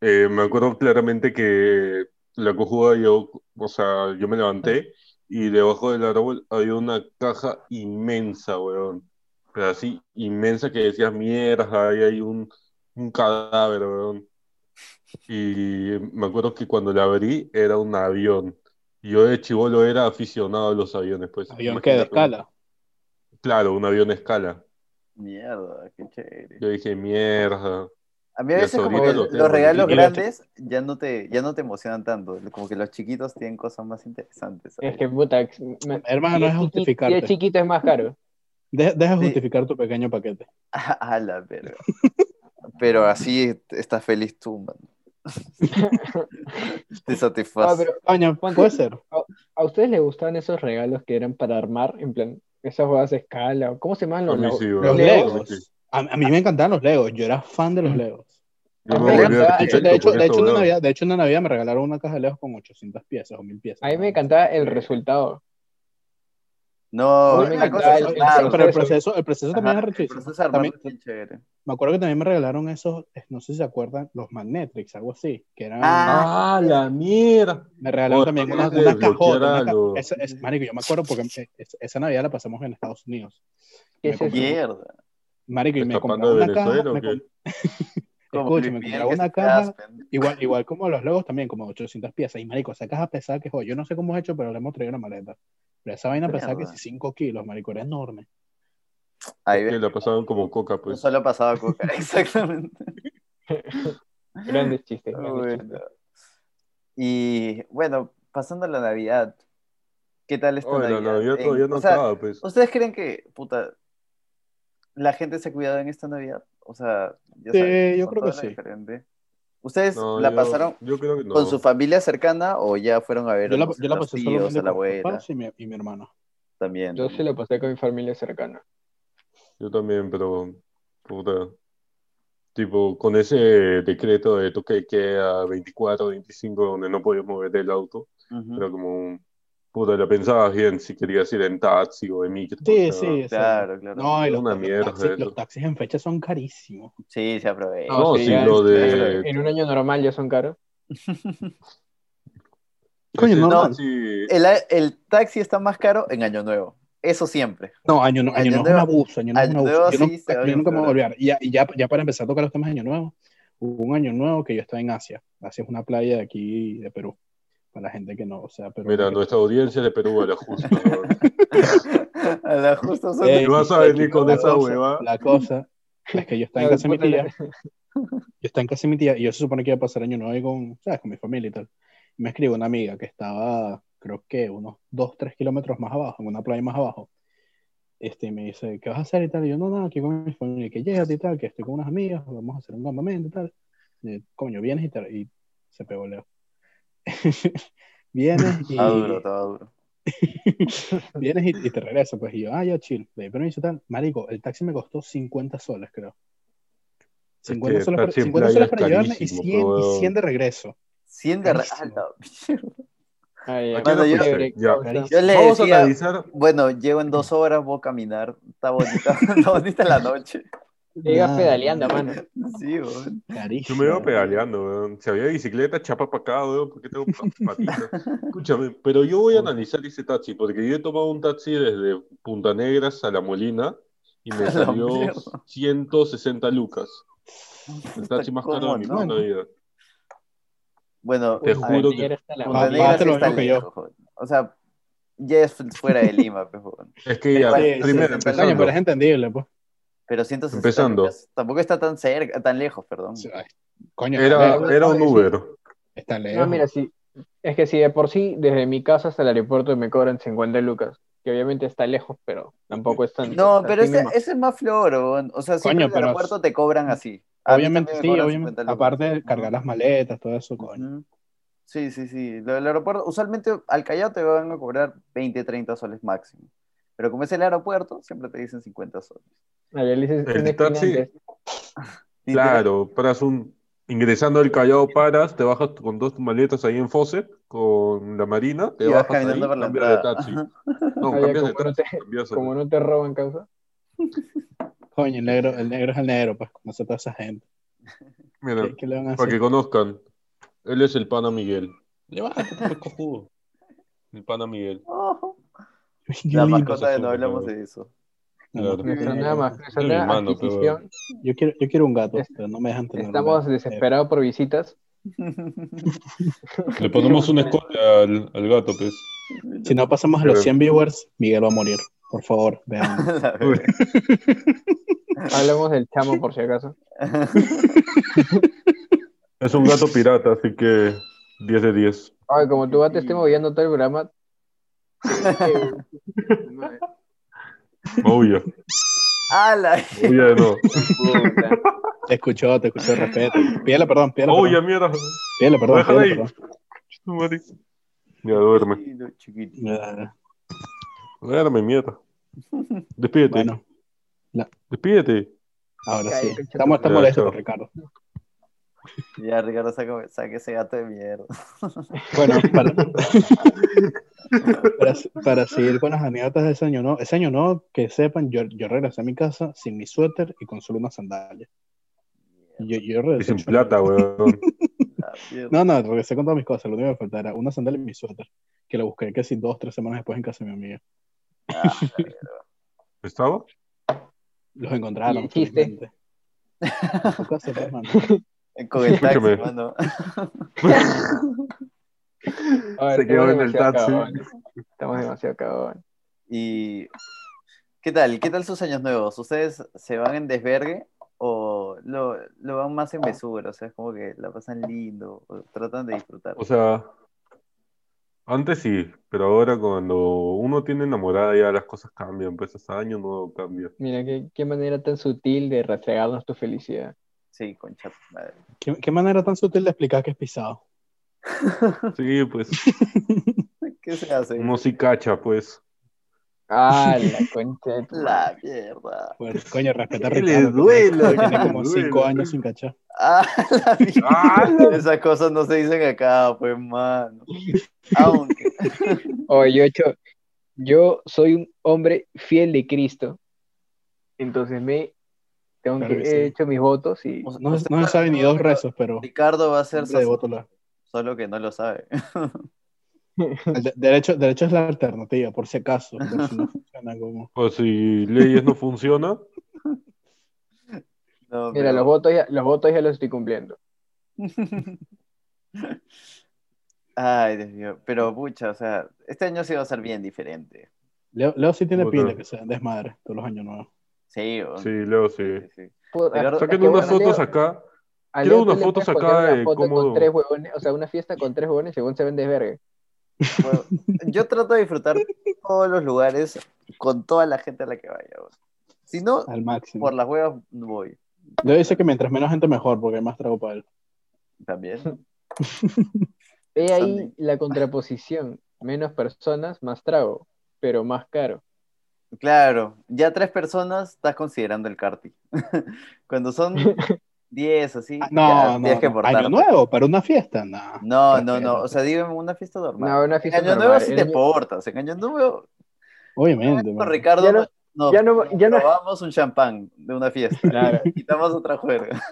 D: eh, me acuerdo claramente que la cojuda yo, o sea, yo me levanté y debajo del árbol había una caja inmensa, weón. Pero así, inmensa que decías, mierda, ahí hay un, un cadáver, weón. Y me acuerdo que cuando la abrí era un avión. Y Yo de chivolo era aficionado a los aviones, pues.
A: Avión que de
D: Imagínate, un-
A: escala.
D: Claro, un avión de escala.
C: Mierda, qué chévere.
D: Yo dije, mierda.
C: A mí a
D: Ya
C: veces como
D: ahorita
C: que
D: lo
C: los
D: tengo,
C: regalos
A: y- y-
C: grandes ya no, te, ya no te emocionan tanto. Como que los chiquitos tienen cosas más interesantes. ¿sabes?
B: Es que, puta, me-
A: Hermano, es
B: si es chiqui- si
A: justificarte.
B: es chiquito es más caro.
A: De- deja
C: Sí.
A: justificar tu pequeño paquete.
C: [laughs] A la verga. Pero así estás feliz tú, mano. Te
B: Ah,
C: satisface.
B: pero
A: Coño, puede ser.
B: ¿a ustedes les gustaban esos regalos que eran para armar? En plan, esas jugadas de escala. ¿Cómo se llaman
D: A
B: los,
D: mí sí,
B: los
A: Los
D: weón.
B: Legos?
A: Legos. A, a mí me encantaban los Legos. Yo era fan de los Legos.
D: Yo
B: Me
D: me volví
B: encanta,
A: de hecho, de
D: arquitecto
A: hecho,
D: por
A: de
D: esta
A: hecho, una
D: huevada.
A: Navidad, de hecho, una Navidad me regalaron una caja de Legos con 800 piezas o 1000 piezas.
B: A mí me encantaba el resultado.
C: No,
B: Oye,
C: la
B: me encanta
C: cosa es
B: el-
C: claro,
A: pero el
B: proceso.
A: proceso, el proceso también
C: Ajá,
A: es
C: el
A: arrechísimo.
C: proceso de armar
A: También-
C: es bien chévere.
A: me acuerdo que también me regalaron esos, eh, no sé si se acuerdan, los Magnetrix, algo así, que eran...
C: Ah,
D: ¡Ah, la mierda!
A: me regalaron
D: Oye,
A: también
D: ¿cómo
A: unas
D: te
A: unas
D: desbloquear
A: cajotas.
D: a
A: unas ca-
D: los-
A: esa- es- marico, yo me acuerdo porque eh, es- esa Navidad la pasamos en Estados Unidos. Me
B: ¿Qué es eso?
A: compré-
C: Mierda.
A: Marico, y me
D: ¿Escapando
A: compraron
D: de
A: una caja...
D: Venezuela o
A: me
D: qué?
A: com-
C: Como
A: Escucha,
C: Luis
A: me
C: Miguel
A: compraba
C: que
A: una
C: se
A: caja-
C: queda aspen-
A: Igual, igual como los logos también, como 800 piezas. Y marico, esa caja pesada que joder, yo no sé cómo es hecho, pero le hemos traído una maleta. Pero esa vaina pesaba que
C: Mierda.
A: si 5 kilos, marico, era enorme.
C: Ahí
D: Que
C: ves.
D: la pasaban como coca,
C: No
D: pues.
C: solo pasaba coca, [laughs] exactamente.
B: Grandes chistes.
C: Uy,
B: grandes
C: no.
B: chistes.
C: Y bueno, pasando a la Navidad, ¿qué tal esta
D: Oye, la
C: Navidad?
D: Navidad
C: En-
D: todavía no
C: o sea,
D: acaba, pues.
C: ¿Ustedes creen que, puta, la gente se ha cuidado en esta Navidad? O sea, ya
A: Sí,
C: sabes,
A: yo
C: con
A: creo
C: todo
A: que
C: lo
A: sí.
C: diferente. ¿Ustedes
D: No,
C: la
D: yo-
C: pasaron
D: Yo creo que no.
C: con su familia cercana o ya fueron a ver
A: Yo la,
C: no sé,
A: yo la
C: los
A: pasé solo
C: tíos, a la
A: con mis
C: abuela?
A: papás y mi, y mi hermano.
C: También.
B: Yo se lo pasé con mi familia cercana.
D: Yo también, pero. Puta. Tipo, con ese decreto de toque de queda 24, 25, donde no podías mover el auto,
C: Ujú.
D: era como un. Puta, la pensabas bien si querías ir en taxi o en micro. o
A: Sí,
D: sea,
A: sí, exacto.
C: Claro, claro.
A: No, eh, y los,
D: Una
A: los
D: mierda
A: taxis,
D: eso.
A: los taxis en fecha son carísimos.
C: Sí, se aprovecha.
D: No,
B: sí,
D: sí,
B: ya
D: lo
B: en-
D: de-
B: En un año normal ya son caros.
A: Coño,
D: ese
A: normal.
D: taxi-
C: [laughs] El, el taxi está más caro en Año Nuevo. Eso siempre.
A: No, año, no, año
C: Año
A: nuevo es un
C: nuevo-
A: abuso, año nuevo es un
C: Año Nuevo
A: abuso. Yo
C: sí se
A: nunca,
C: va
A: yo
C: bien
A: nunca me voy a
C: peor.
A: olvidar. Y ya, y ya, ya para empezar a tocar los temas de año nuevo, hubo un año nuevo que yo estaba en Asia. Asia es una playa de aquí, de Perú. Para la gente que no, o sea, pero...
D: Mira, nuestra audiencia de Perú era
C: [laughs]
D: justo. ¿no?
C: A la justo son-
A: Ey,
D: vas a venir con
A: la
D: esa
A: cosa-
D: huevada.
A: La cosa es
D: [laughs]
A: que yo estaba en
B: Claro,
A: casa de mi
B: ponte
A: tía.
B: la-
A: Yo estaba en casa de mi tía y yo se supone que iba a pasar año nuevo ahí con, ¿sabes? con mi familia y tal. Y me escribe una amiga que estaba, creo que unos 2, 3 kilómetros más abajo, en una playa más abajo. Este, y me dice, ¿qué vas a hacer y tal? Y yo, no, nada, aquí con mi familia, Y que llévate y tal, que estoy con unas amigas, vamos a hacer un campamento y tal. Y, coño, vienes y tal. Y se pegó Leo. [laughs] vienes y,
C: Está
D: Ah,
C: duro, está duro.
A: vienes y, y te regresas, pues, y yo, ah, ya, chill, le di permiso y tal. Marico, el taxi me costó 50 soles, creo. 50
D: que
A: soles para,
D: taxi en
A: 50
D: playa
A: soles
D: es
A: para llevarme y
D: carísimo,
A: 100,
D: pero-
A: y 100 de regreso.
C: 100 de ah, re-
A: Carísimo.
C: ¡Ala, mierda!
B: Ay,
D: ¿A
B: ya,
D: qué hora
C: Bueno, yo-
D: fuiste? Ya.
A: Carísimo.
C: Yo le
D: Vamos a
C: decía,
D: analizar.
C: bueno, llego en dos horas, voy a caminar. Está [laughs] bonita, está bonita la noche.
B: Llega
A: Ah,
B: pedaleando, mano.
C: Sí, weón.
D: Yo
A: Carísimo.
D: me iba pedaleando, weón. Si había bicicleta, chapa para acá, weón, porque
C: [laughs]
D: tengo pa- patitas. Escúchame, pero yo voy a analizar ese taxi, porque yo he tomado un taxi desde Punta Negras a La Molina y
C: [laughs]
D: me
C: la
D: salió
C: mierda. [laughs]
D: 160 lucas. El taxi más caro de mi
C: ¿Cómo no?
D: puta vida.
C: Bueno,
D: Te
C: a ver,
D: juro que-
B: Ayer hasta la
A: Ah,
C: Punta
B: madre.
C: Negra
A: más te
C: sí
A: lo
C: está
A: digo que yo.
C: lejos, joder. O sea, ya es fuera de Lima, pues, joder.
D: Es que ya,
C: Sí, sí, sí,
D: primero,
C: sí.
A: Coño,
D: empezando.
A: pero es entendible, pues.
C: Pero 160
D: Empezando.
C: lucas tampoco está tan cerca, tan lejos, perdón.
A: O sea, ay, Coño, está lejos,
D: Era, era un Uber.
A: está lejos.
B: No, Ah, mira, sí. Es que si de por sí, desde mi casa hasta el aeropuerto me cobran 50 lucas, que obviamente está lejos, pero tampoco es tanto. O
C: No,
B: sea,
C: pero
B: sí me
C: ese,
B: imagino.
C: ese es más floro. weón. O sea,
A: Coño,
C: siempre en el
A: pero- mm,
C: aeropuerto te cobran así. A mí
A: obviamente
C: también
A: sí,
C: me cobran
A: obviamente.
C: 50 lucas.
A: Aparte de cargar las maletas, todo eso, coño.
C: Ujú. Sí, sí, sí. Lo del aeropuerto, usualmente al Callao te van a cobrar 20, 30 soles máximo. Pero como es el aeropuerto, siempre te dicen 50 soles.
B: Había dices,
D: El
B: una esquina
D: taxi-
B: antes.
D: Claro, paras un. Ingresando al Callao, paras, te bajas con dos maletas ahí en Fawcett, con la Marina, te
C: Y vas
D: bajas
C: caminando
D: ahí,
C: por la
D: cambias de
C: entrada.
D: taxi. No,
B: Oye,
D: cambias de
B: como no
D: taxi,
B: te-
D: cambias de-
B: Como no te roban causa.
A: Coño, el negro, el negro es el negro, pues, no sé toda esa gente.
D: Mira,
A: ¿Qué, qué le van a
D: para que
A: hacer?
D: conozcan, él es el pana Miguel.
A: [laughs]
D: Levántate, pues, cojudo. El pana Miguel.
C: Ojo.
A: Qué
C: "Oh, La
A: lindo.
C: mascota de
D: ese
C: no hablamos
D: juego.
C: de eso. [laughs]
A: No,
D: Claro.
A: no,
B: Nuestra
A: no,
B: nueva
A: no.
B: mascota, nuestra
D: Mi
B: nueva
D: hermano,
B: adquisición.
A: Yo quiero, yo quiero un gato,
B: Es-
A: pero no me dejan tener un
B: Estamos
A: gato.
B: desesperados por visitas.
D: Le ponemos una escuela al, al gato, pues.
A: Si no pasamos a los 100 viewers, Miguel va a morir. Por favor, vean.
C: La verga.
B: Hablamos del chamo por si acaso.
D: [laughs] Es un gato pirata, así que 10 de 10.
B: Ay, como tu gato esté moviendo todo el programa.
D: Maulla,
C: ¡Ala!
D: maulla de no.
B: Puta.
A: Te escuchó, te escuchó, respeto. Pídele perdón, pídele
D: Maulla,
A: perdón.
D: mierda.
A: Pídele perdón,
D: déjala
A: pídele
D: ahí.
A: perdón.
D: Ya, duerme.
C: Chiquito.
A: Ya,
D: Duerme, mierda. Despídete.
A: Bueno,
D: Despídete.
A: ahora sí.
B: Cállate,
A: Estamos, estamos
D: Ya,
A: molestos
D: chao.
A: con Ricardo.
C: Ya, Ricardo, saca, saca ese gato de mierda.
D: [laughs]
A: Bueno, para, para, para seguir con las anécdotas de ese año no, ese año no, que sepan, yo, yo regresé a mi casa sin mi suéter y con solo una sandalia. Yo, yo
D: Y
A: regresé
D: sin plata, weón.
C: La mierda.
A: [laughs] No, no, regresé con todas mis cosas, lo único que me faltaba era una sandalia y mi suéter, que la busqué casi dos, tres semanas después en casa de mi amiga.
C: Ah, la mierda.
D: ¿Estaba?
A: Los encontraron.
B: ¿Y el chiste?
A: felizmente. Tu casa, pues, mano.
C: Con el taxi,
D: Escúchame.
C: mano.
B: A ver,
D: Se
B: estamos
D: quedó en el
B: demasiado
D: taxi.
B: cagones. Estamos demasiado cagones.
C: Y ¿qué tal? ¿Qué tal sus años nuevos? ¿Ustedes se van en desvergue o lo, lo van más en mesura? O sea, es como que la pasan lindo, o tratan de disfrutar.
A: Pues
D: O sea, antes sí, pero ahora cuando uno tiene enamorada ya las cosas cambian, pues ese año nuevo cambia.
B: Mira, qué, qué manera tan sutil de rastrearnos tu felicidad.
C: Sí, concha tu madre.
A: ¿Qué, qué manera tan sutil de explicar que es pisado.
D: Sí, pues
C: ¿Qué se hace?
D: uno sí cacha, pues.
B: Ah,
D: [laughs]
B: la concha de tu
C: La mierda. [laughs]
A: Bueno, coño, respeta a
D: Que
A: Ricardo.
D: [laughs] le duela,
A: que Tiene
D: que
A: como
D: le
A: cinco
D: duela.
A: años sin cachar.
C: Ah, la mierda.
D: ¡Ah!
C: Esas cosas no se dicen acá, pues, mano. Aunque.
B: Oye, yo, he hecho- yo soy un hombre fiel de Cristo. Entonces me tengo
A: Claro
B: que,
A: que sí.
B: he hecho mis votos y
C: O sea,
A: No, no se sabe ni dos rezos, pero
C: Ricardo va a ser
A: siempre de voto la-
C: solo que no lo sabe. [laughs]
A: el de- derecho, derecho es la alternativa, por si acaso. por si no
D: [laughs]
A: funciona como-
D: O si leyes no funciona,
C: No,
B: mira, los
C: pero-
B: votos ya, los votos ya los estoy cumpliendo.
C: Ay, Dios mío. Pero, pucha, o sea, este año sí va a ser bien diferente.
A: Leo, Leo sí tiene
D: Puta.
A: pila que se desmadre todos los años nuevos.
C: Sí, o-
D: sí, luego sí.
C: sí.
B: Puedo-
C: Pero-
B: es que
D: Saquen unas
B: bueno, Leo-
D: fotos acá.
B: a
D: quiero
B: Leo tú
D: unas
B: le
D: fotos
B: puedes
D: acá
B: poner una
D: de
B: foto con
D: cómo-
B: tres huevones, o sea, una fiesta con tres huevones según se ven desvergue.
C: Bueno, yo trato de disfrutar todos los lugares con toda la gente a la que vaya. o sea. Si no,
B: Ah,
A: Al máximo.
C: por las huevas voy
A: Leo dice que mientras menos gente mejor, porque hay más trago para él.
C: también.
B: He ahí
C: Sandy.
B: la contraposición, menos personas, más trago, pero más caro.
C: Claro, ya tres personas estás considerando el carti. [laughs] Cuando son diez, así,
A: Ah, no,
C: ya
A: no.
C: tienes que
A: no.
C: portarte.
A: año nuevo, para una fiesta, no.
C: No, no, no. O sea, dime una fiesta normal.
B: No, una
C: en
B: fiesta
C: año nuevo
B: normal.
C: sí
B: El
C: te
B: año-
C: portas. En año nuevo
A: Obviamente.
C: Con
A: mano.
C: Ricardo
B: Ya no-
C: nos,
B: ya no-
C: nos
B: ya no-
C: robamos un champán de una fiesta.
B: Claro.
C: [laughs] Quitamos otra juerga.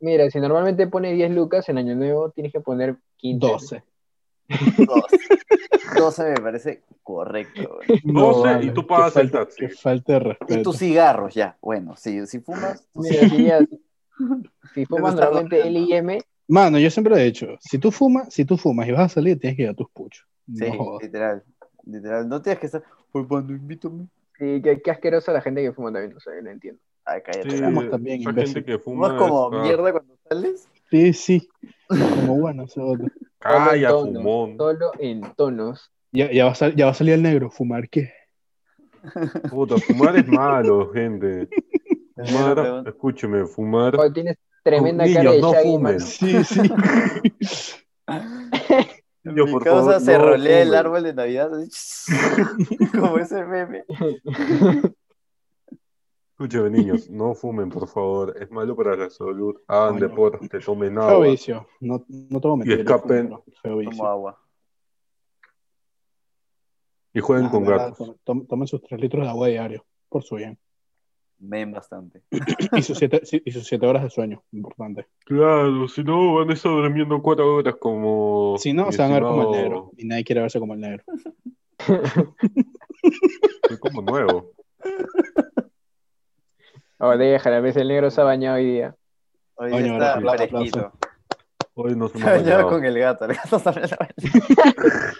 B: Mira, si normalmente pones 10 lucas en año nuevo, tienes que poner 15.
A: 12. [laughs]
C: 12. 12 me parece correcto. güey.
D: No sé,
A: vale,
D: y tú
A: qué
D: pagas el
A: falta-
D: taxi.
A: Qué falta de respeto.
C: Y tus cigarros, ya. Bueno, si, si fumas, tus
B: Mira, si, ya-
C: [laughs]
B: si fumas
C: Pero está
B: normalmente L y M,
A: Mano, yo siempre lo he dicho, si tú fumas, si tú fumas y vas a salir, tienes que ir a tus puchos.
C: Sí,
A: No jodas.
C: literal. Literal. No tienes que estar. Pues cuando invítame.
B: sí, qué, qué asquerosa la gente que fuma también, o sea, yo no entiendo.
C: Ay, cállate.
D: Sí,
C: la boca.
A: Fumas también,
D: esa
A: imbécil.
D: gente que fuma.
C: Fumas como
D: está-
C: mierda cuando sales.
A: Sí, sí. Como bueno, ese otro.
D: Calla,
B: Solo en tonos,
D: fumón.
B: Solo en tonos.
A: Ya, ya va a sal- ya va a salir el negro, fumar qué.
D: Puta, fumar es malo, gente. Fumar, [laughs]
C: Pregunta-
D: escúcheme, fumar.
B: Oye, tienes tremenda
D: Niños,
B: cara de
D: no
B: Shaggy,
D: fumen.
B: mano.
A: Sí, sí. [laughs]
D: Niños,
C: Mi
D: por
C: causa
D: favor,
C: se
D: no
C: rolea el
D: fumen.
C: árbol de Navidad. [laughs] Como ese meme.
D: Escúcheme, niños, no fumen, por favor. Es malo para la salud. Hagan
A: Coño.
D: deporte, tomen
A: Feo
D: agua.
A: vicio. No, no te voy a mentir.
D: escapen.
A: pero Feo
C: Como
A: vicio.
C: agua.
D: Y jueguen
A: Ah,
D: con
A: verdad,
D: gatos.
A: tomen- tomen- Tomen sus 3 litros de agua diario, por su bien.
C: Ven bastante.
A: Y sus 7 y sus siete horas de sueño, importante.
D: Claro, si no, van a estar durmiendo cuatro horas como.
A: Si no,
D: mi
A: se van a ver como el
D: estimado-
A: negro. Y nadie quiere verse como el negro.
D: Soy como nuevo.
B: Oh, déjala, a veces el negro se ha bañado hoy día.
C: Hoy
A: Coño,
C: está
A: abrazo, abrazo.
C: fresquito.
D: Hoy
C: [laughs]
D: no se
C: Se
D: me
C: bañaba con el [laughs] gato. El gato sale a la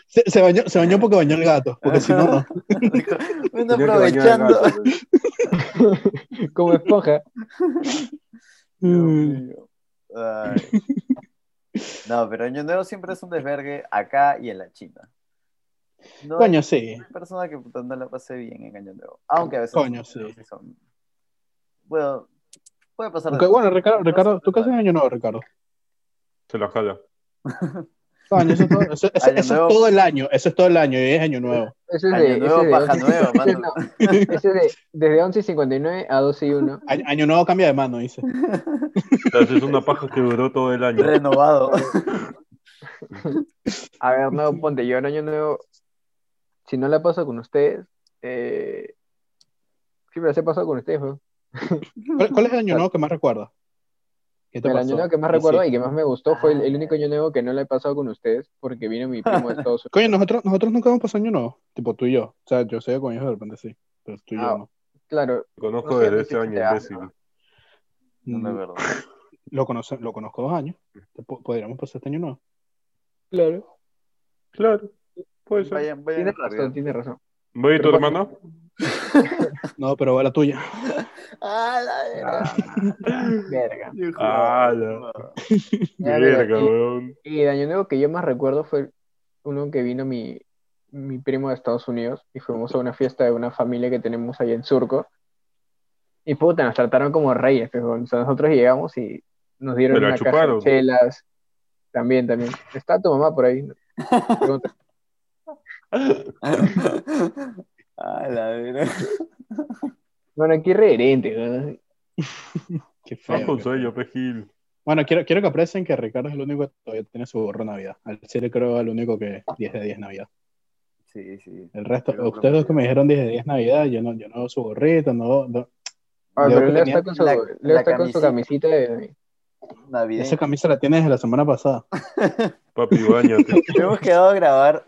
A: Se, se bañó, se bañó porque bañó el gato, porque si no, [laughs]
D: [laughs]
A: no.
C: Dijo, "Ven aprovechando.
B: Como esponja.
A: Mm,
C: Ay. No, pero Año Nuevo siempre es un desvergue acá y en la China. No
A: Coño, sí.
C: hay persona que puta, no la pase bien en Año Nuevo. Aunque a veces
A: Coño, sí.
C: son- Bueno, puede pasar. de
A: Aunque,
C: todo.
A: bueno, Ricardo,
C: No
A: Ricardo
C: son
A: ¿tú qué haces
C: tan
A: en año nuevo, Ricardo?
D: Se la jala.
C: mal.
A: Coño, eso es todo, eso- eso-
C: Año
A: eso es
C: nuevo.
A: todo el año, eso es todo el año, y es año nuevo.
B: Ese es
C: Año
B: de, ese
C: nuevo,
B: es de
C: paja
B: 11
C: nueva, mano.
B: no, ese es de, desde 11.59 a 12 y 1.
A: Año, año nuevo cambia de mano, dice.
D: Entonces es una paja que duró todo el
A: [laughs]
C: [laughs]
D: año.
C: Renovado.
B: A ver, no, ponte, yo en año nuevo, si no la paso con ustedes, eh, siempre la he pasado con ustedes, weón.
A: ¿Cuál, cuál es el año nuevo que más recuerdas? ¿Qué te
B: El
A: pasó?
B: año nuevo que más
A: Sí,
B: recuerdo
A: sí.
B: y que más me gustó fue el, el único año nuevo que no la he pasado con ustedes porque vino
A: [laughs]
B: mi primo de Estados Unidos.
A: Coño, nosotros, nosotros nunca hemos pasado año nuevo, tipo tú y yo. O sea, yo sé con ellos de repente sí, pero tú y
B: Ah,
A: yo no.
B: Claro,
D: Te Conozco
B: No sé,
D: desde
B: no
D: ese
B: sé,
D: año,
B: ya.
D: imbécil.
C: No me
A: Mm, [laughs]
C: acuerdo.
A: Lo, conoce- lo conozco dos años. Te po- Podríamos pasar este año nuevo.
B: claro.
D: Claro, puede
A: Pues,
D: ser.
C: Vayan, vayan.
B: Tienes razón, tienes razón.
D: ¿Va y tu
B: Pero-
D: hermano?
A: No, pero va la tuya. [laughs]
C: Ah, la verga.
B: Verga.
C: Yo
D: Ah,
C: jugaba. [laughs]
B: Ya, mira,
D: Verga,
B: y-
D: weón.
B: Y el año nuevo que yo más recuerdo fue uno que vino mi, mi primo de Estados Unidos y fuimos a una fiesta de una familia que tenemos ahí en Surco. Y puta, nos trataron como reyes, pero o sea, nosotros llegamos y nos dieron
D: Me la
B: una caja
D: chuparon.
B: de chelas. También, también. Está tu mamá por ahí. Pregunta.
C: Ah, la verga.
B: Bueno, qué irreverente, ¿no?
A: Qué feo.
D: Más
A: qué
D: consuelo,
A: feo.
D: Pejil.
A: Bueno, quiero, quiero que aprecien que Ricardo es el único que todavía tiene su gorro Navidad. Al chile creo el único que 10 de 10 Navidad.
C: Sí, sí.
A: El resto,
C: Pero-
A: ustedes dos que me dijeron 10 de 10 Navidad, yo no, yo no veo su gorrito, no, no-
B: Ah,
A: Leo
B: pero
A: que
B: Leo
A: tenía
B: está con su,
C: la-
B: Leo
C: la
B: está con su camisita de...
C: Navidad.
A: Esa camisa la tienes desde la semana pasada.
D: Papi, bañate.
C: [laughs] Hemos quedado a grabar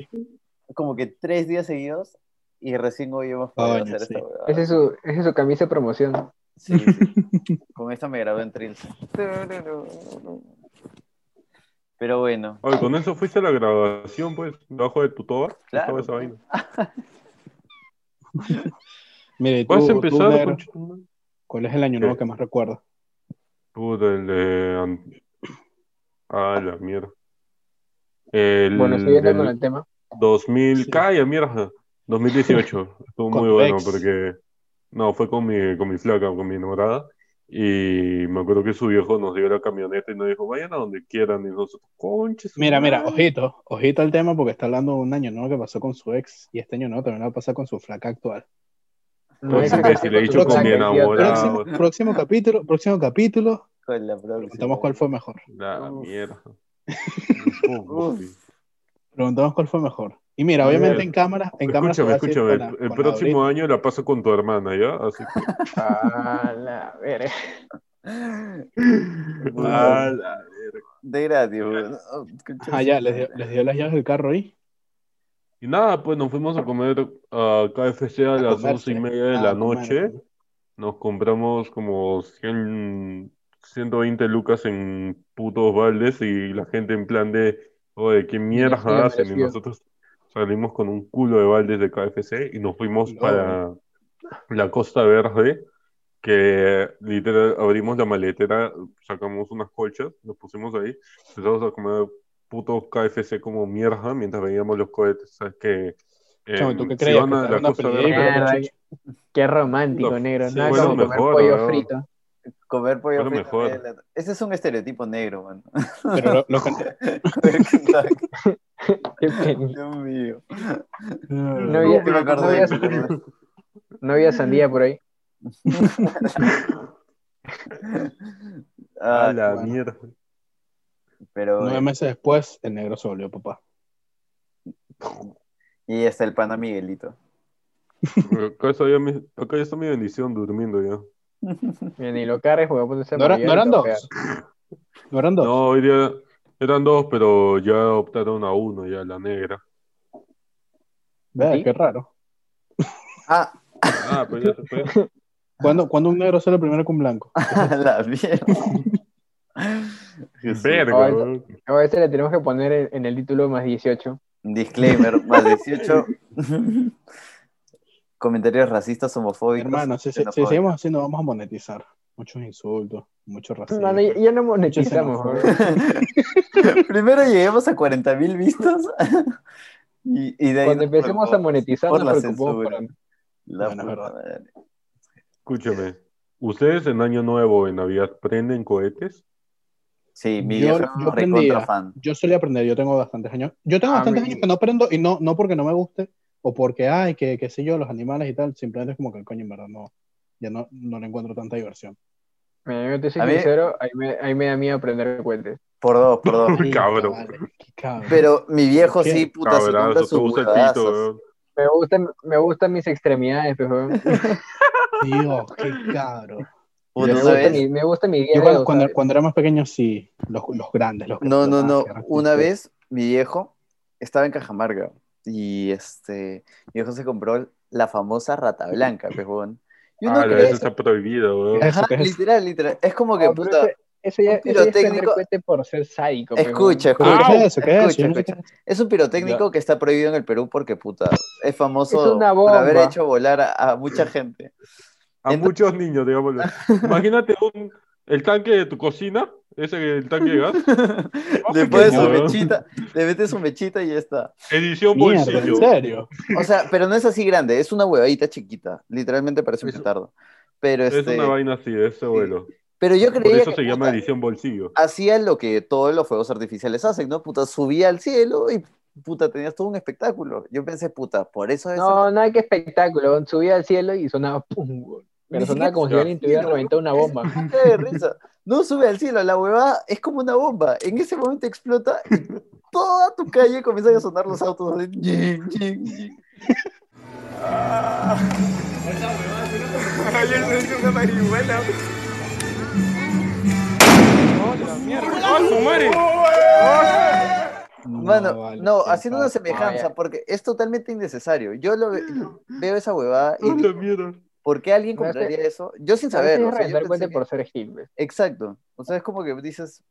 C: como que tres días seguidos y recién hoy hemos podido
A: Coño,
C: hacer
A: sí.
C: esta huevada.
B: Esa es su, esa es su camisa de promoción.
C: Sí, sí.
B: [laughs]
C: Con esta me grabé en Trills. Pero bueno,
D: Oye, con eso fuiste a la grabación, pues, debajo de tu toba.
C: Claro.
D: Estaba esa vaina.
A: Mire, tú,
D: Vas a
A: tú,
D: empezar,
A: negro,
D: conchetumare?
A: ¿cuál es el año nuevo
D: ¿Qué?
A: que más recuerdas?
D: Puta, el de. an- Ah, la mierda. El
B: Bueno, siguiendo con
D: del
B: el tema.
D: 2000.
A: Sí.
D: Calla, mierda.
A: [laughs]
D: 2018. Estuvo
A: Con
D: muy
A: tu
D: bueno
A: ex.
D: porque. No, fue con mi, con mi flaca, con mi enamorada. Y me acuerdo que su viejo nos dio la camioneta y nos dijo, vayan a donde quieran. Y nosotros, conches.
A: Mira, mira,
D: madre".
A: ojito, ojito al tema porque está hablando de un año nuevo que pasó con su ex y este año nuevo también va a pasar con su flaca actual.
B: No
D: Pues,
B: es que
D: imbécil,
B: con su
D: he dicho con mi
B: flaca,
D: enamorada.
A: Próximo, próximo capítulo, próximo capítulo,
C: con la próxima.
A: preguntamos cuál fue mejor.
D: La
C: Uf.
A: [laughs]
D: mierda.
C: Uf.
A: Preguntamos cuál fue mejor. Y mira,
D: Mira.
A: obviamente en cámara, en cámara se va
D: Escúchame,
A: a decir
D: escúchame.
A: con la-
D: el
A: con la
D: próximo año la paso con tu hermana, ¿ya? Así que.
A: [laughs]
B: Ah, la verga.
D: Ah, la verga.
C: De gratis, weón. Oh, concha
A: Ah,
C: de
A: ya,
C: su
A: les dio,
C: madre.
A: les dio las llaves del carro ahí.
D: Y nada, pues nos fuimos a comer ah, a KFC a, las
A: comerse.
D: once y media de
A: Ah,
D: la
A: a comer, a
D: noche.
A: comer.
D: Nos compramos como 100, 120 lucas en putos baldes y la gente en plan de, oye, ¿qué mierda
B: se lo
D: hacen? Y
B: mereció.
D: nosotros salimos con un culo de baldes de KFC y nos fuimos
A: No.
D: para la Costa Verde, que literal abrimos la maletera, sacamos unas colchas, nos pusimos ahí, empezamos a comer putos KFC como mierda mientras veíamos los cohetes, ¿sabes? Que
A: Chamo,
D: em,
A: ¿tú qué
D: si
A: creías?
D: van
A: Que
D: a
A: era
D: la
A: una
D: Costa
A: pelea y
D: Verde,
A: perdieron
B: Mierda,
A: chicha.
B: Qué romántico,
D: Lo-
B: negro.
D: sí,
B: Nada
D: fue
B: como
D: lo
B: comer
D: mejor,
B: pollo
D: weón.
B: frito.
C: Comer pollo
D: Fue lo
C: frito.
D: mejor.
C: de la- Ese es un estereotipo negro, man.
A: Pero lo,
B: [laughs]
A: lo que-
B: Qué pen-
C: [laughs] Dios mío.
B: No había,
D: me
B: no,
D: acordé.
B: había, [laughs] no había sandía por ahí.
D: a
C: Ah,
D: la
A: bueno.
D: mierda.
C: pero
A: nueve meses después, el negro se volvió papá.
C: y está el pana Miguelito.
D: Acá, está ya mi- acá ya está mi bendición durmiendo ya.
B: Mira, Eh, Ni lo cargues porque puede ser
A: ¿No, era-
B: mayor
A: no eran
B: y te
A: dos?
B: va a
A: ¿No eran dos?
D: No, hoy día eran dos, pero ya optaron a uno, ya la negra.
A: Vea,
B: ¿Sí?
A: qué raro.
C: Ah, [laughs]
D: Ah, pues ya se
A: [laughs]
D: fue.
A: ¿Cuándo, cuándo un negro sale primero con un blanco?
B: Ah,
C: la mierda. Jesús.
D: Verga,
B: Ay, no.
D: weón.
B: pegar. A veces le tenemos que poner en, en el título más 18.
A: [laughs]
C: Disclaimer, más 18. Comentarios racistas, homofóbicos.
A: Hermano, si, si- si
C: xenofóbicos.
A: seguimos así, nos vamos a monetizar. Muchos insultos, mucho racismo.
B: Mano, ya, ya no monetizamos.
A: monetizamos.
B: weón.
C: [laughs] Primero lleguemos a 40 mil vistas. y, y de ahí
B: Cuando
C: nos
B: empecemos a
C: preocupamos.
B: monetizar,
C: por
B: nos
C: la
B: preocupamos por
C: censura.
B: la-
C: La
A: Bueno, es
C: puta
A: verdad.
C: madre.
D: Escúchame. ¿Ustedes en Año Nuevo, en Navidad, prenden cohetes?
C: Sí, mi
A: Yo-
C: vieja es
A: yo
C: un
A: aprendía.
C: recontra fan.
A: Yo solía aprender, yo tengo bastantes años. Yo tengo
B: A
A: bastantes
B: mí-
A: años que no aprendo y no, no porque no me guste o porque, ay, que qué sé yo, los animales y tal, simplemente es como que, coño, en verdad, no, ya no, no le encuentro tanta diversión.
B: Mira, yo te soy
C: A mí-
B: sincero, ahí me, ahí me da miedo aprender cohetes.
C: Por dos,
A: [laughs]
C: por dos.
D: Uy, cabrón.
A: Vale, qué cabrón.
C: Pero mi viejo
A: ¿Por qué?
C: sí, puta, se compra
D: Cabrazo, te
C: sus
D: gusta el
C: huevazos.
D: pito, weón.
B: Me gustan, me gustan mis extremidades, pues, weón.
A: Dios, qué cabrón.
C: Puta,
A: Yo no
B: me, gusta
C: ¿sabes?
B: mi, me gusta mi
A: Yo cuando,
B: dedo,
A: cuando,
B: ¿sabes?
A: cuando era más pequeño, sí, los, los grandes, los que
C: No, no,
A: explotaban,
C: no.
A: pues, que eran
C: Una
A: como que-
C: vez mi viejo estaba en Cajamarca y este, mi viejo se compró la famosa rata blanca, pejón. Y uno
D: Ah,
C: cree-
D: eso está prohibido, weón.
A: Eso
C: Ajá,
A: que es- Ah,
C: literal, literal. Es como que,
B: No, pero
C: puta,
B: ese- ese ya,
C: un
B: ese ya es prender
C: pirotécnico-
B: cohete por ser sádico, pues, weón.
C: escucha,
A: ¿Pero
C: escucha.
A: qué es Ah, eso? ¿Qué es eso?
C: Escucha,
A: Yo no sé
C: escucha. Es un pirotécnico que está prohibido en el Perú porque, puta, es famoso
B: Es una
C: por haber
B: bomba.
C: hecho volar a, a mucha
A: [laughs]
C: gente.
D: A
C: Ento-
D: muchos niños, digámoslo. Imagínate un, el tanque de tu cocina, ese el tanque de gas,
A: [laughs]
C: le pones
D: pequeño,
C: su
D: weón.
C: mechita, le metes su mechita y ya está.
D: edición
A: qué- Mierda, ¿en
D: bolsillo.
A: serio?
C: O sea, pero no es así grande, es una huevadita chiquita. Literalmente parece un
A: Pues,
D: Es-
C: petardo. Pero
D: Es
C: este.
D: una vaina así, de ese vuelo.
C: Pero yo
D: Por
C: creía
D: eso
C: que
D: se llama
C: puta,
D: edición bolsillo.
C: hacía lo que todos los fuegos artificiales hacen, ¿no? Puta, subía al cielo y puta, tenías todo un espectáculo. Yo pensé, puta, por eso es.
B: No, nada que espectáculo. weón. Subía al cielo y sonaba pum, weón. Pero
C: Ni
B: sonaba
C: siquiera-
B: como si alguien te hubiera
C: Ni siquiera-
B: reventado una bomba.
C: Cae de risa. No sube al cielo, la huevada es como una bomba. En ese momento explota y toda tu calle comienzan a sonar los autos. así, yin, yin, yin. Mano,
A: vale,
C: no,
A: qué
C: haciendo una
A: cabrón.
C: semejanza,
B: Vaya.
C: porque es totalmente innecesario. Yo lo ve- yo veo esa huevada y
D: Ah, la
C: digo,
D: mierda.
C: ¿por qué alguien
B: No, es que-
C: compraría eso? Yo sin
B: A veces
C: saberlo.
B: es
C: o sea, yo
B: reventar
C: pensé
B: cohete
C: que-
B: por ser Gil, weón.
C: Exacto. O sea, es como que dices,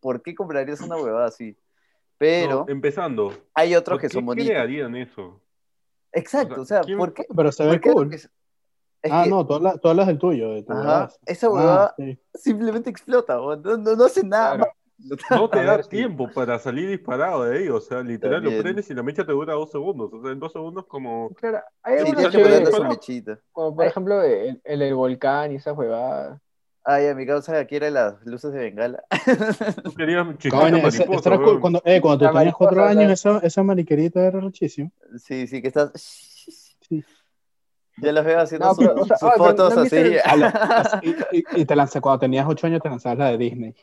C: ¿por qué comprarías una huevada así? Pero
D: No, empezando,
C: hay otros
D: ¿por
C: que
D: qué
C: son bonitos.
D: crearían
C: [laughs]
D: eso?
C: Exacto,
D: O
C: o
D: sea,
C: sea,
D: ¿quién-
C: ¿por qué?
A: Pero se ve
C: ¿Por qué
A: cool.
C: es- es
A: ah,
C: que-
A: no, tú hablas, tú hablas del tuyo. De tu
C: Ajá,
A: huevada.
C: esa
A: Ah,
C: huevada
A: sí.
C: simplemente explota, weón. no, no, no hace nada.
B: Claro.
C: más.
D: No te
B: A
D: da
B: ver, sí.
D: tiempo para salir disparado de ahí, o sea, literal, lo
C: También.
D: prendes y la mecha te dura dos segundos, o sea, en dos segundos como...
B: Claro, hay
C: Sí,
D: bueno,
C: tienes
B: algunos
C: que
D: sí,
C: ponerle
B: chéveres,
C: su
D: bueno.
C: mechita.
B: como por ejemplo el, el del volcán y esas huevadas.
C: Ay, a mi causa aquí eran las luces de Bengala. [laughs]
D: Tú querías chichita
A: Coño, ese- ese
D: mariposa,
A: era cool.
D: weón.
A: Cuando, eh, cuando
B: La
A: tú tenías
B: mariposa,
A: cuatro años,
B: la-
A: esa, esa mariquerita era rechísima.
C: Sí, sí, que [laughs] estás. Ya las veo haciendo
B: No,
C: sus-
B: pero, o sea,
C: sus
B: ay, pero
C: fotos
B: no me
C: así. [laughs] Ah.
B: hicieron-
A: A [laughs] la- y, y- y te lanzas, cuando tenías ocho años, te lanzabas la de Disney.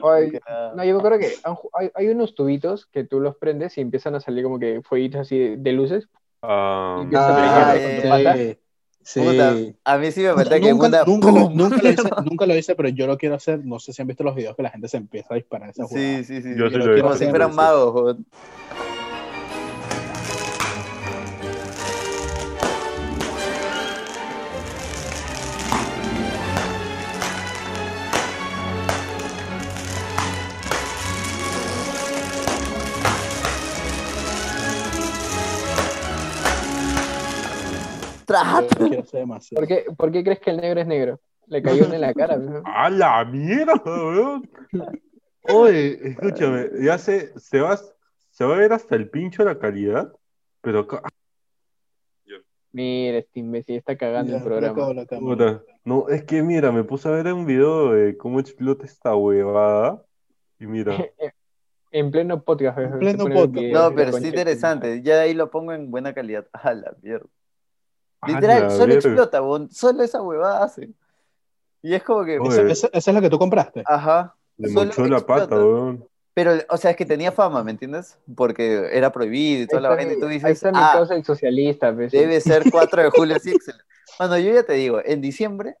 B: Ay, no, yo me acuerdo que han ju- hay, hay unos tubitos que tú los prendes y empiezan a salir como que fueguitos así de, de luces.
D: Ah,
B: Y empieza a
C: Ah,
B: brillar con tu pata.
A: sí.
C: Puta, a mí sí me falta que
A: nunca,
C: una.
A: nunca lo,
C: [laughs] ¡pum!
A: nunca lo hice, nunca lo hice, pero yo lo quiero hacer. No sé si han visto los videos que la gente se empieza a disparar esa
C: Sí, sí, sí. sí.
D: Yo sí
A: lo
D: lo he
A: quiero
C: Como
D: visto.
A: hacer.
C: si fueran magos, weón.
A: Yo
C: Tra-
A: lo quiero hacer demasiado.
B: ¿Por qué, por qué crees que el negro es negro? Le cayó una en la cara. ¿no?
D: ¡A la mierda, weón! Oye, escúchame, ya se, se, va, se va a ver hasta el pincho la calidad, pero ca- ah,
B: Mira, este imbécil está cagando
A: Ya,
B: el programa.
A: acabo la cámara.
D: puta, no, es que mira, me puse a ver un video de cómo explota esta huevada, y mira,
B: En pleno podcast. ¿ves? Se
A: pleno
B: pone el
A: podcast.
B: video de
C: No,
B: la concha de
C: pero está
B: tu madre.
C: interesante. Ya de ahí lo pongo en buena calidad. [laughs] A la mierda. [laughs]
D: ¡a
C: Literal,
D: la
C: solo
D: verga!
C: explota, weón. Solo esa huevada hace. Y es como que.
D: Oye.
A: ¿Esa, esa- esa es la que tú compraste?
C: Ajá.
D: Le
C: solo
D: mochó la
C: explota.
D: pata, weón.
C: Pero, o sea, es que tenía fama, ¿me entiendes? Porque era prohibido y toda la
B: Ahí está
C: vaina.
B: mi-
C: Y tú
B: Ahí
C: dices,
B: está mi
C: ah,
B: causa el socialista. ¿ves?
C: debe ser 4 de julio.
B: [laughs]
C: Sí, excelente. Bueno, yo ya te digo, en diciembre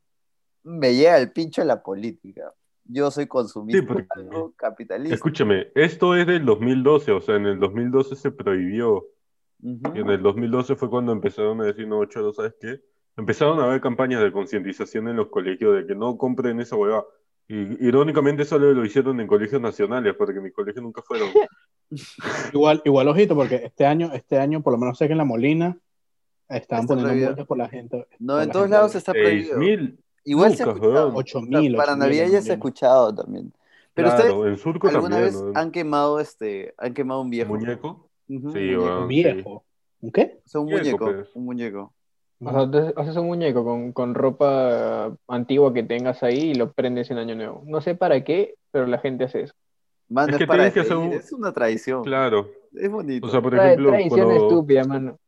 C: me llega el pincho de la política. Yo soy consumista,
D: Sí, porque-
C: algo capitalista.
D: Escúchame, esto es del 2012, o sea, en el 2012 se prohibió,
C: Ujú.
D: y en el 2012 fue cuando empezaron a decir, no, cholo, ¿sabes qué? Empezaron a haber campañas de concientización en los colegios de que no compren esa huevada. Y irónicamente solo lo hicieron en colegios nacionales, porque mis colegios nunca
C: [laughs]
D: fueron.
A: Igual, igual ojito, porque este año, este año, por lo menos sé que en la Molina estaban
C: Está
A: poniendo
C: prohibido.
A: multas por la gente.
C: No,
A: por
C: en
A: la
C: todos
A: gente.
C: lados está prohibido.
D: 6.000,
C: Igual se ha
D: lucas,
C: escuchado.
D: weón.
A: Ocho
C: O sea,
A: mil,
C: para
A: ocho mil,
C: Navidad ya se ha
A: Molina.
C: escuchado también. Pero ustedes
D: claro, en Surco
C: alguna
D: también,
C: vez
D: weón.
C: han quemado este, han quemado un viejo.
D: ¿Muñeco?
C: Ujú,
D: Sí,
C: un muñeco.
D: weón.
A: Viejo. ¿Un qué?
C: O sea, un
D: Muñeco,
C: muñeco,
D: pues.
C: un muñeco.
B: O sea, te haces un muñeco con, con ropa antigua que tengas ahí y lo prendes en Año Nuevo. No sé para qué, pero la gente hace eso.
C: Mano,
D: Es
C: es,
D: que
C: para
D: tienes que hacer
C: despedir,
D: un-
C: es una tradición.
D: Claro.
C: Es bonito.
D: O
C: O,
D: sea, por
B: Tra-
D: ejemplo,
B: tradición
D: cuando...
B: estúpida, mano.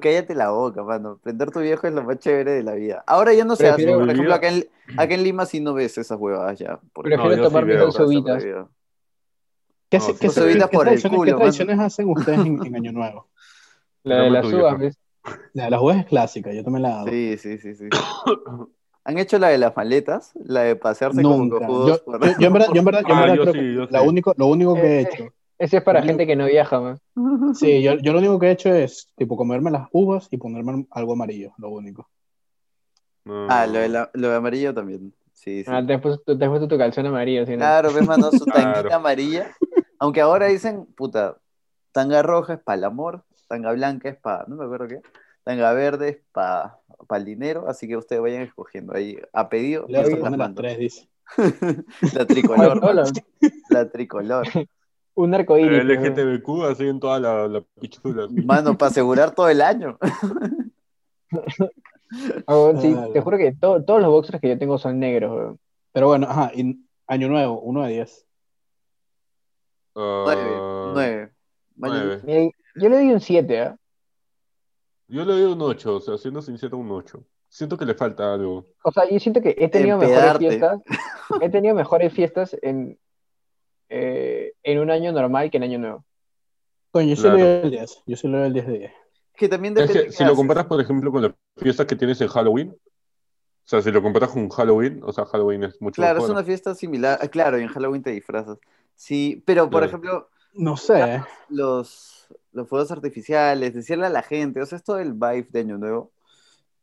C: cállate la boca, mano. Prender tu viejo es lo más chévere de la vida. Ahora ya no se hace.
B: Prefiero-
C: Por ejemplo,
D: Prohibido.
C: acá en, acá en Lima sí no ves esas huevadas ya. Por
D: No,
B: Prefiero
D: yo sí
B: tomar mis
D: veo.
B: dos uvitas.
A: ¿Qué,
D: No,
A: hace-
D: sí,
A: qué-
D: no se
A: qué-
D: evita
A: qué
C: por el
A: tradiciones, qué
C: culo,
A: tradiciones hacen ustedes en, en Año Nuevo?
B: La
D: Llama
B: de
D: a
B: las
D: tu
B: uvas,
D: vieja.
B: ¿ves?
A: La de las uvas es clásica, yo también la hago.
C: Sí, sí, sí, sí. ¿Han hecho la de las maletas? La de pasearse como
A: Nunca. Yo,
C: cojudos. por-
A: yo-
C: [laughs]
A: yo en verdad, yo en verdad, yo en
D: Ah,
A: verdad
D: yo
A: creo
D: sí,
A: que
D: yo
A: la
D: sí.
A: único, lo único que he hecho.
B: Ese es para
A: Yo-
B: gente que no viaja, man.
A: Sí, yo, yo lo único que he hecho es tipo comerme las uvas y ponerme algo amarillo, lo único.
D: No.
C: Ah, lo de, la- lo de amarillo también. Sí, sí.
B: Ah, te has puesto, te has puesto tu calzón amarillo, ¿sí, no?
C: Claro, ves, mano,
D: [laughs]
C: su tanguita
D: Claro.
C: amarilla. Aunque ahora dicen, puta, tanga roja es para el amor, tanga blanca es para, no me acuerdo qué, tanga verde es para el dinero, así que ustedes vayan escogiendo ahí a pedido.
A: Le
C: yo
A: voy
C: se
A: a
C: las
A: poner las
C: mando.
A: tres, dice.
C: [laughs] La
B: Ay,
A: [laughs]
C: tricolor,
B: hola,
C: mano, la tricolor.
B: un arcoíris. pues, man.
D: LGTBQ así en toda la, la pichula.
C: Mano, para asegurar todo el
D: [laughs]
C: año.
B: Ah, bueno, sí,
A: Ah,
B: te
A: la-
B: juro que to- todos los boxers que yo tengo son negros, weón.
A: Pero bueno, ajá, y Año Nuevo, uno de diez.
D: Ah,
C: Nueve, nueve. Mañana-
D: nueve.
B: Miren, Yo le doy un 7, ¿ah?
D: Yo le doy un 8, o sea, siendo sincero, un 8. Siento que le falta algo.
B: O sea, yo siento que he tenido mejores
C: Empedarte. [laughs]
B: fiestas. He tenido mejores fiestas en, eh, en un año normal que en año nuevo.
A: Coño, yo sí
D: Claro.
A: le doy el 10. Yo sí le doy el 10 de 10.
C: Que también
D: Es
C: depende
D: que
C: qué
D: si lo
C: haces.
D: comparas, por ejemplo, con las fiestas que tienes en Halloween, o sea, si lo comparas con Halloween, o sea, Halloween es mucho
C: Claro, es
D: mejor.
C: una fiesta similar. Ah, Claro, y en Halloween te disfrazas. Sí, pero por
D: Claro.
C: ejemplo,
A: No sé, ¿eh?
C: los, los fuegos artificiales, decirle a la gente, o sea, es todo el vibe de Año Nuevo.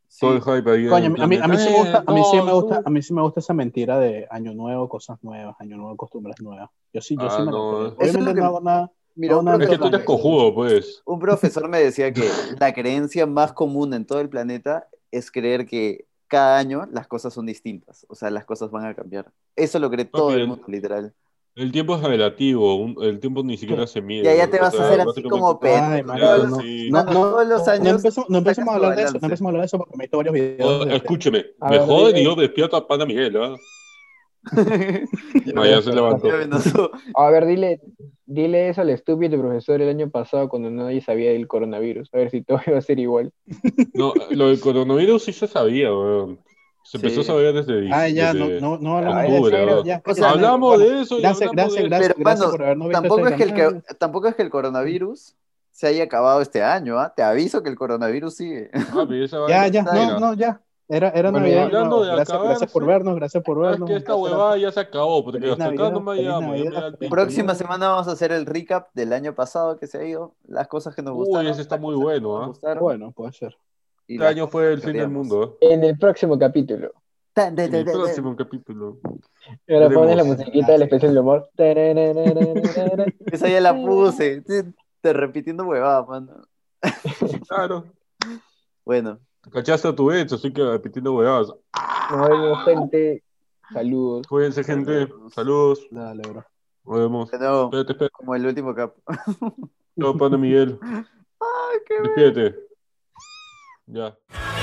C: Sí,
D: Todo el hype ahí.
A: Coño, a mí, a mí sí me gusta, a mí sí me gusta, a
D: Ah,
A: mí sí me gusta esa mentira de año nuevo, cosas nuevas, año nuevo, costumbres nuevas. Yo sí, yo sí me
D: Ah,
A: la
D: no.
A: creo.
D: Eso
C: es
A: Obviamente
C: lo que-
A: no hago nada.
C: mira, un
A: no, no,
D: Es
C: profe-
D: que tú eres cojudo, pues.
C: un profesor me decía que la creencia más común en todo el planeta es creer que cada año las cosas son distintas, o sea, las cosas van a cambiar. Eso lo cree todo el
D: bien.
C: mundo,
D: [laughs]
C: literal.
D: El tiempo es relativo, un- el tiempo ni siquiera se mide.
C: Ya, ya te
D: o
C: vas a
D: sea,
C: hacer así
D: básicamente-
C: como
A: Ay,
C: pendejo.
A: marico,
D: Claro,
A: no.
D: sí.
A: No,
C: Mano, todos los
A: no
C: años
A: empecemos, no empecemos a
C: sacas
A: hablar de
C: tu
A: eso, no
C: balance.
A: empecemos a hablar de eso porque me he visto varios videos.
D: Oh,
A: de-
D: escúcheme,
B: A
D: me
B: ver,
D: joden y
B: dime.
D: yo despierto a pana Miguel, ¿ah?
C: [laughs] Yo
D: Ah, ya se levantó.
C: me enojo.
B: A ver, dile, dile eso al estúpido profesor el año pasado cuando nadie sabía del coronavirus. A ver si todo [laughs] iba a ser igual.
D: No, lo del coronavirus sí se sabía, weón. Se empezó a
C: Sí.
D: saber desde.
A: Ay, Ah, ya, no,
D: desde-
A: no, no hablamos
B: Ay,
A: de eso.
D: octubre,
A: ya,
D: ¿no?
A: ya,
C: O
A: ya,
C: sea,
A: ya,
D: hablamos
A: bueno,
D: de eso y
A: Gracias, gracias,
D: hablamos de eso.
A: gracias,
C: Pero,
A: gracias
C: mano,
A: por habernos visto
C: Tampoco
A: este
C: es, que el,
A: canal.
C: que- tampoco es que el coronavirus se haya acabado este año, ¿ah? Te aviso que el coronavirus sigue. [laughs]
D: Papi, esa vaina
A: Ya, ya,
D: está
A: no,
D: ahí.
A: no, ya. Era, era
B: Bueno,
A: Navidad.
D: hablando
A: no,
D: de
A: gracias,
D: acabarse,
A: gracias por vernos, gracias por
D: Es
A: vernos.
D: que esta
A: gracias-
D: huevada ya se acabó, porque
A: Feliz
D: hasta acá
A: Navidad,
D: no me
A: feliz
D: llegamos, ya me
A: Navidad,
D: da el
A: feliz
D: pincho.
C: Próxima semana vamos a hacer el recap del año pasado que se ha ido, las cosas que nos
D: Uy,
C: gustaron.
D: ese está
C: las
D: muy
C: cosas que
D: bueno,
C: no nos
D: ¿ah?
C: gustaron,
A: Bueno, puede ser.
C: y
D: Este
C: las [laughs]
D: año fue el
C: que
D: fin del
C: odiamos.
D: mundo. ¿eh?
B: En el próximo capítulo.
C: Tan, tan,
D: En
C: tan,
D: el
C: tan, tan.
D: próximo capítulo.
B: Y Ahora
D: Tenemos-
B: pones la musiquita del especial de humor.
C: [laughs] Esa ya la puse. Te, te repitiendo huevada, mano.
D: Claro.
C: Bueno,
D: Cachaste a tu ex, así que repitiendo huevadas.
B: Nos vemos, gente. Saludos.
D: Cuídense, gente.
C: Saludos.
D: Saludos.
A: Dale, bro.
D: Nos vemos.
C: de nuevo,
D: Espérate, espérate.
C: como el último cap.
D: No, pana Miguel.
C: [laughs] Ay, qué
D: Despídete. Ya.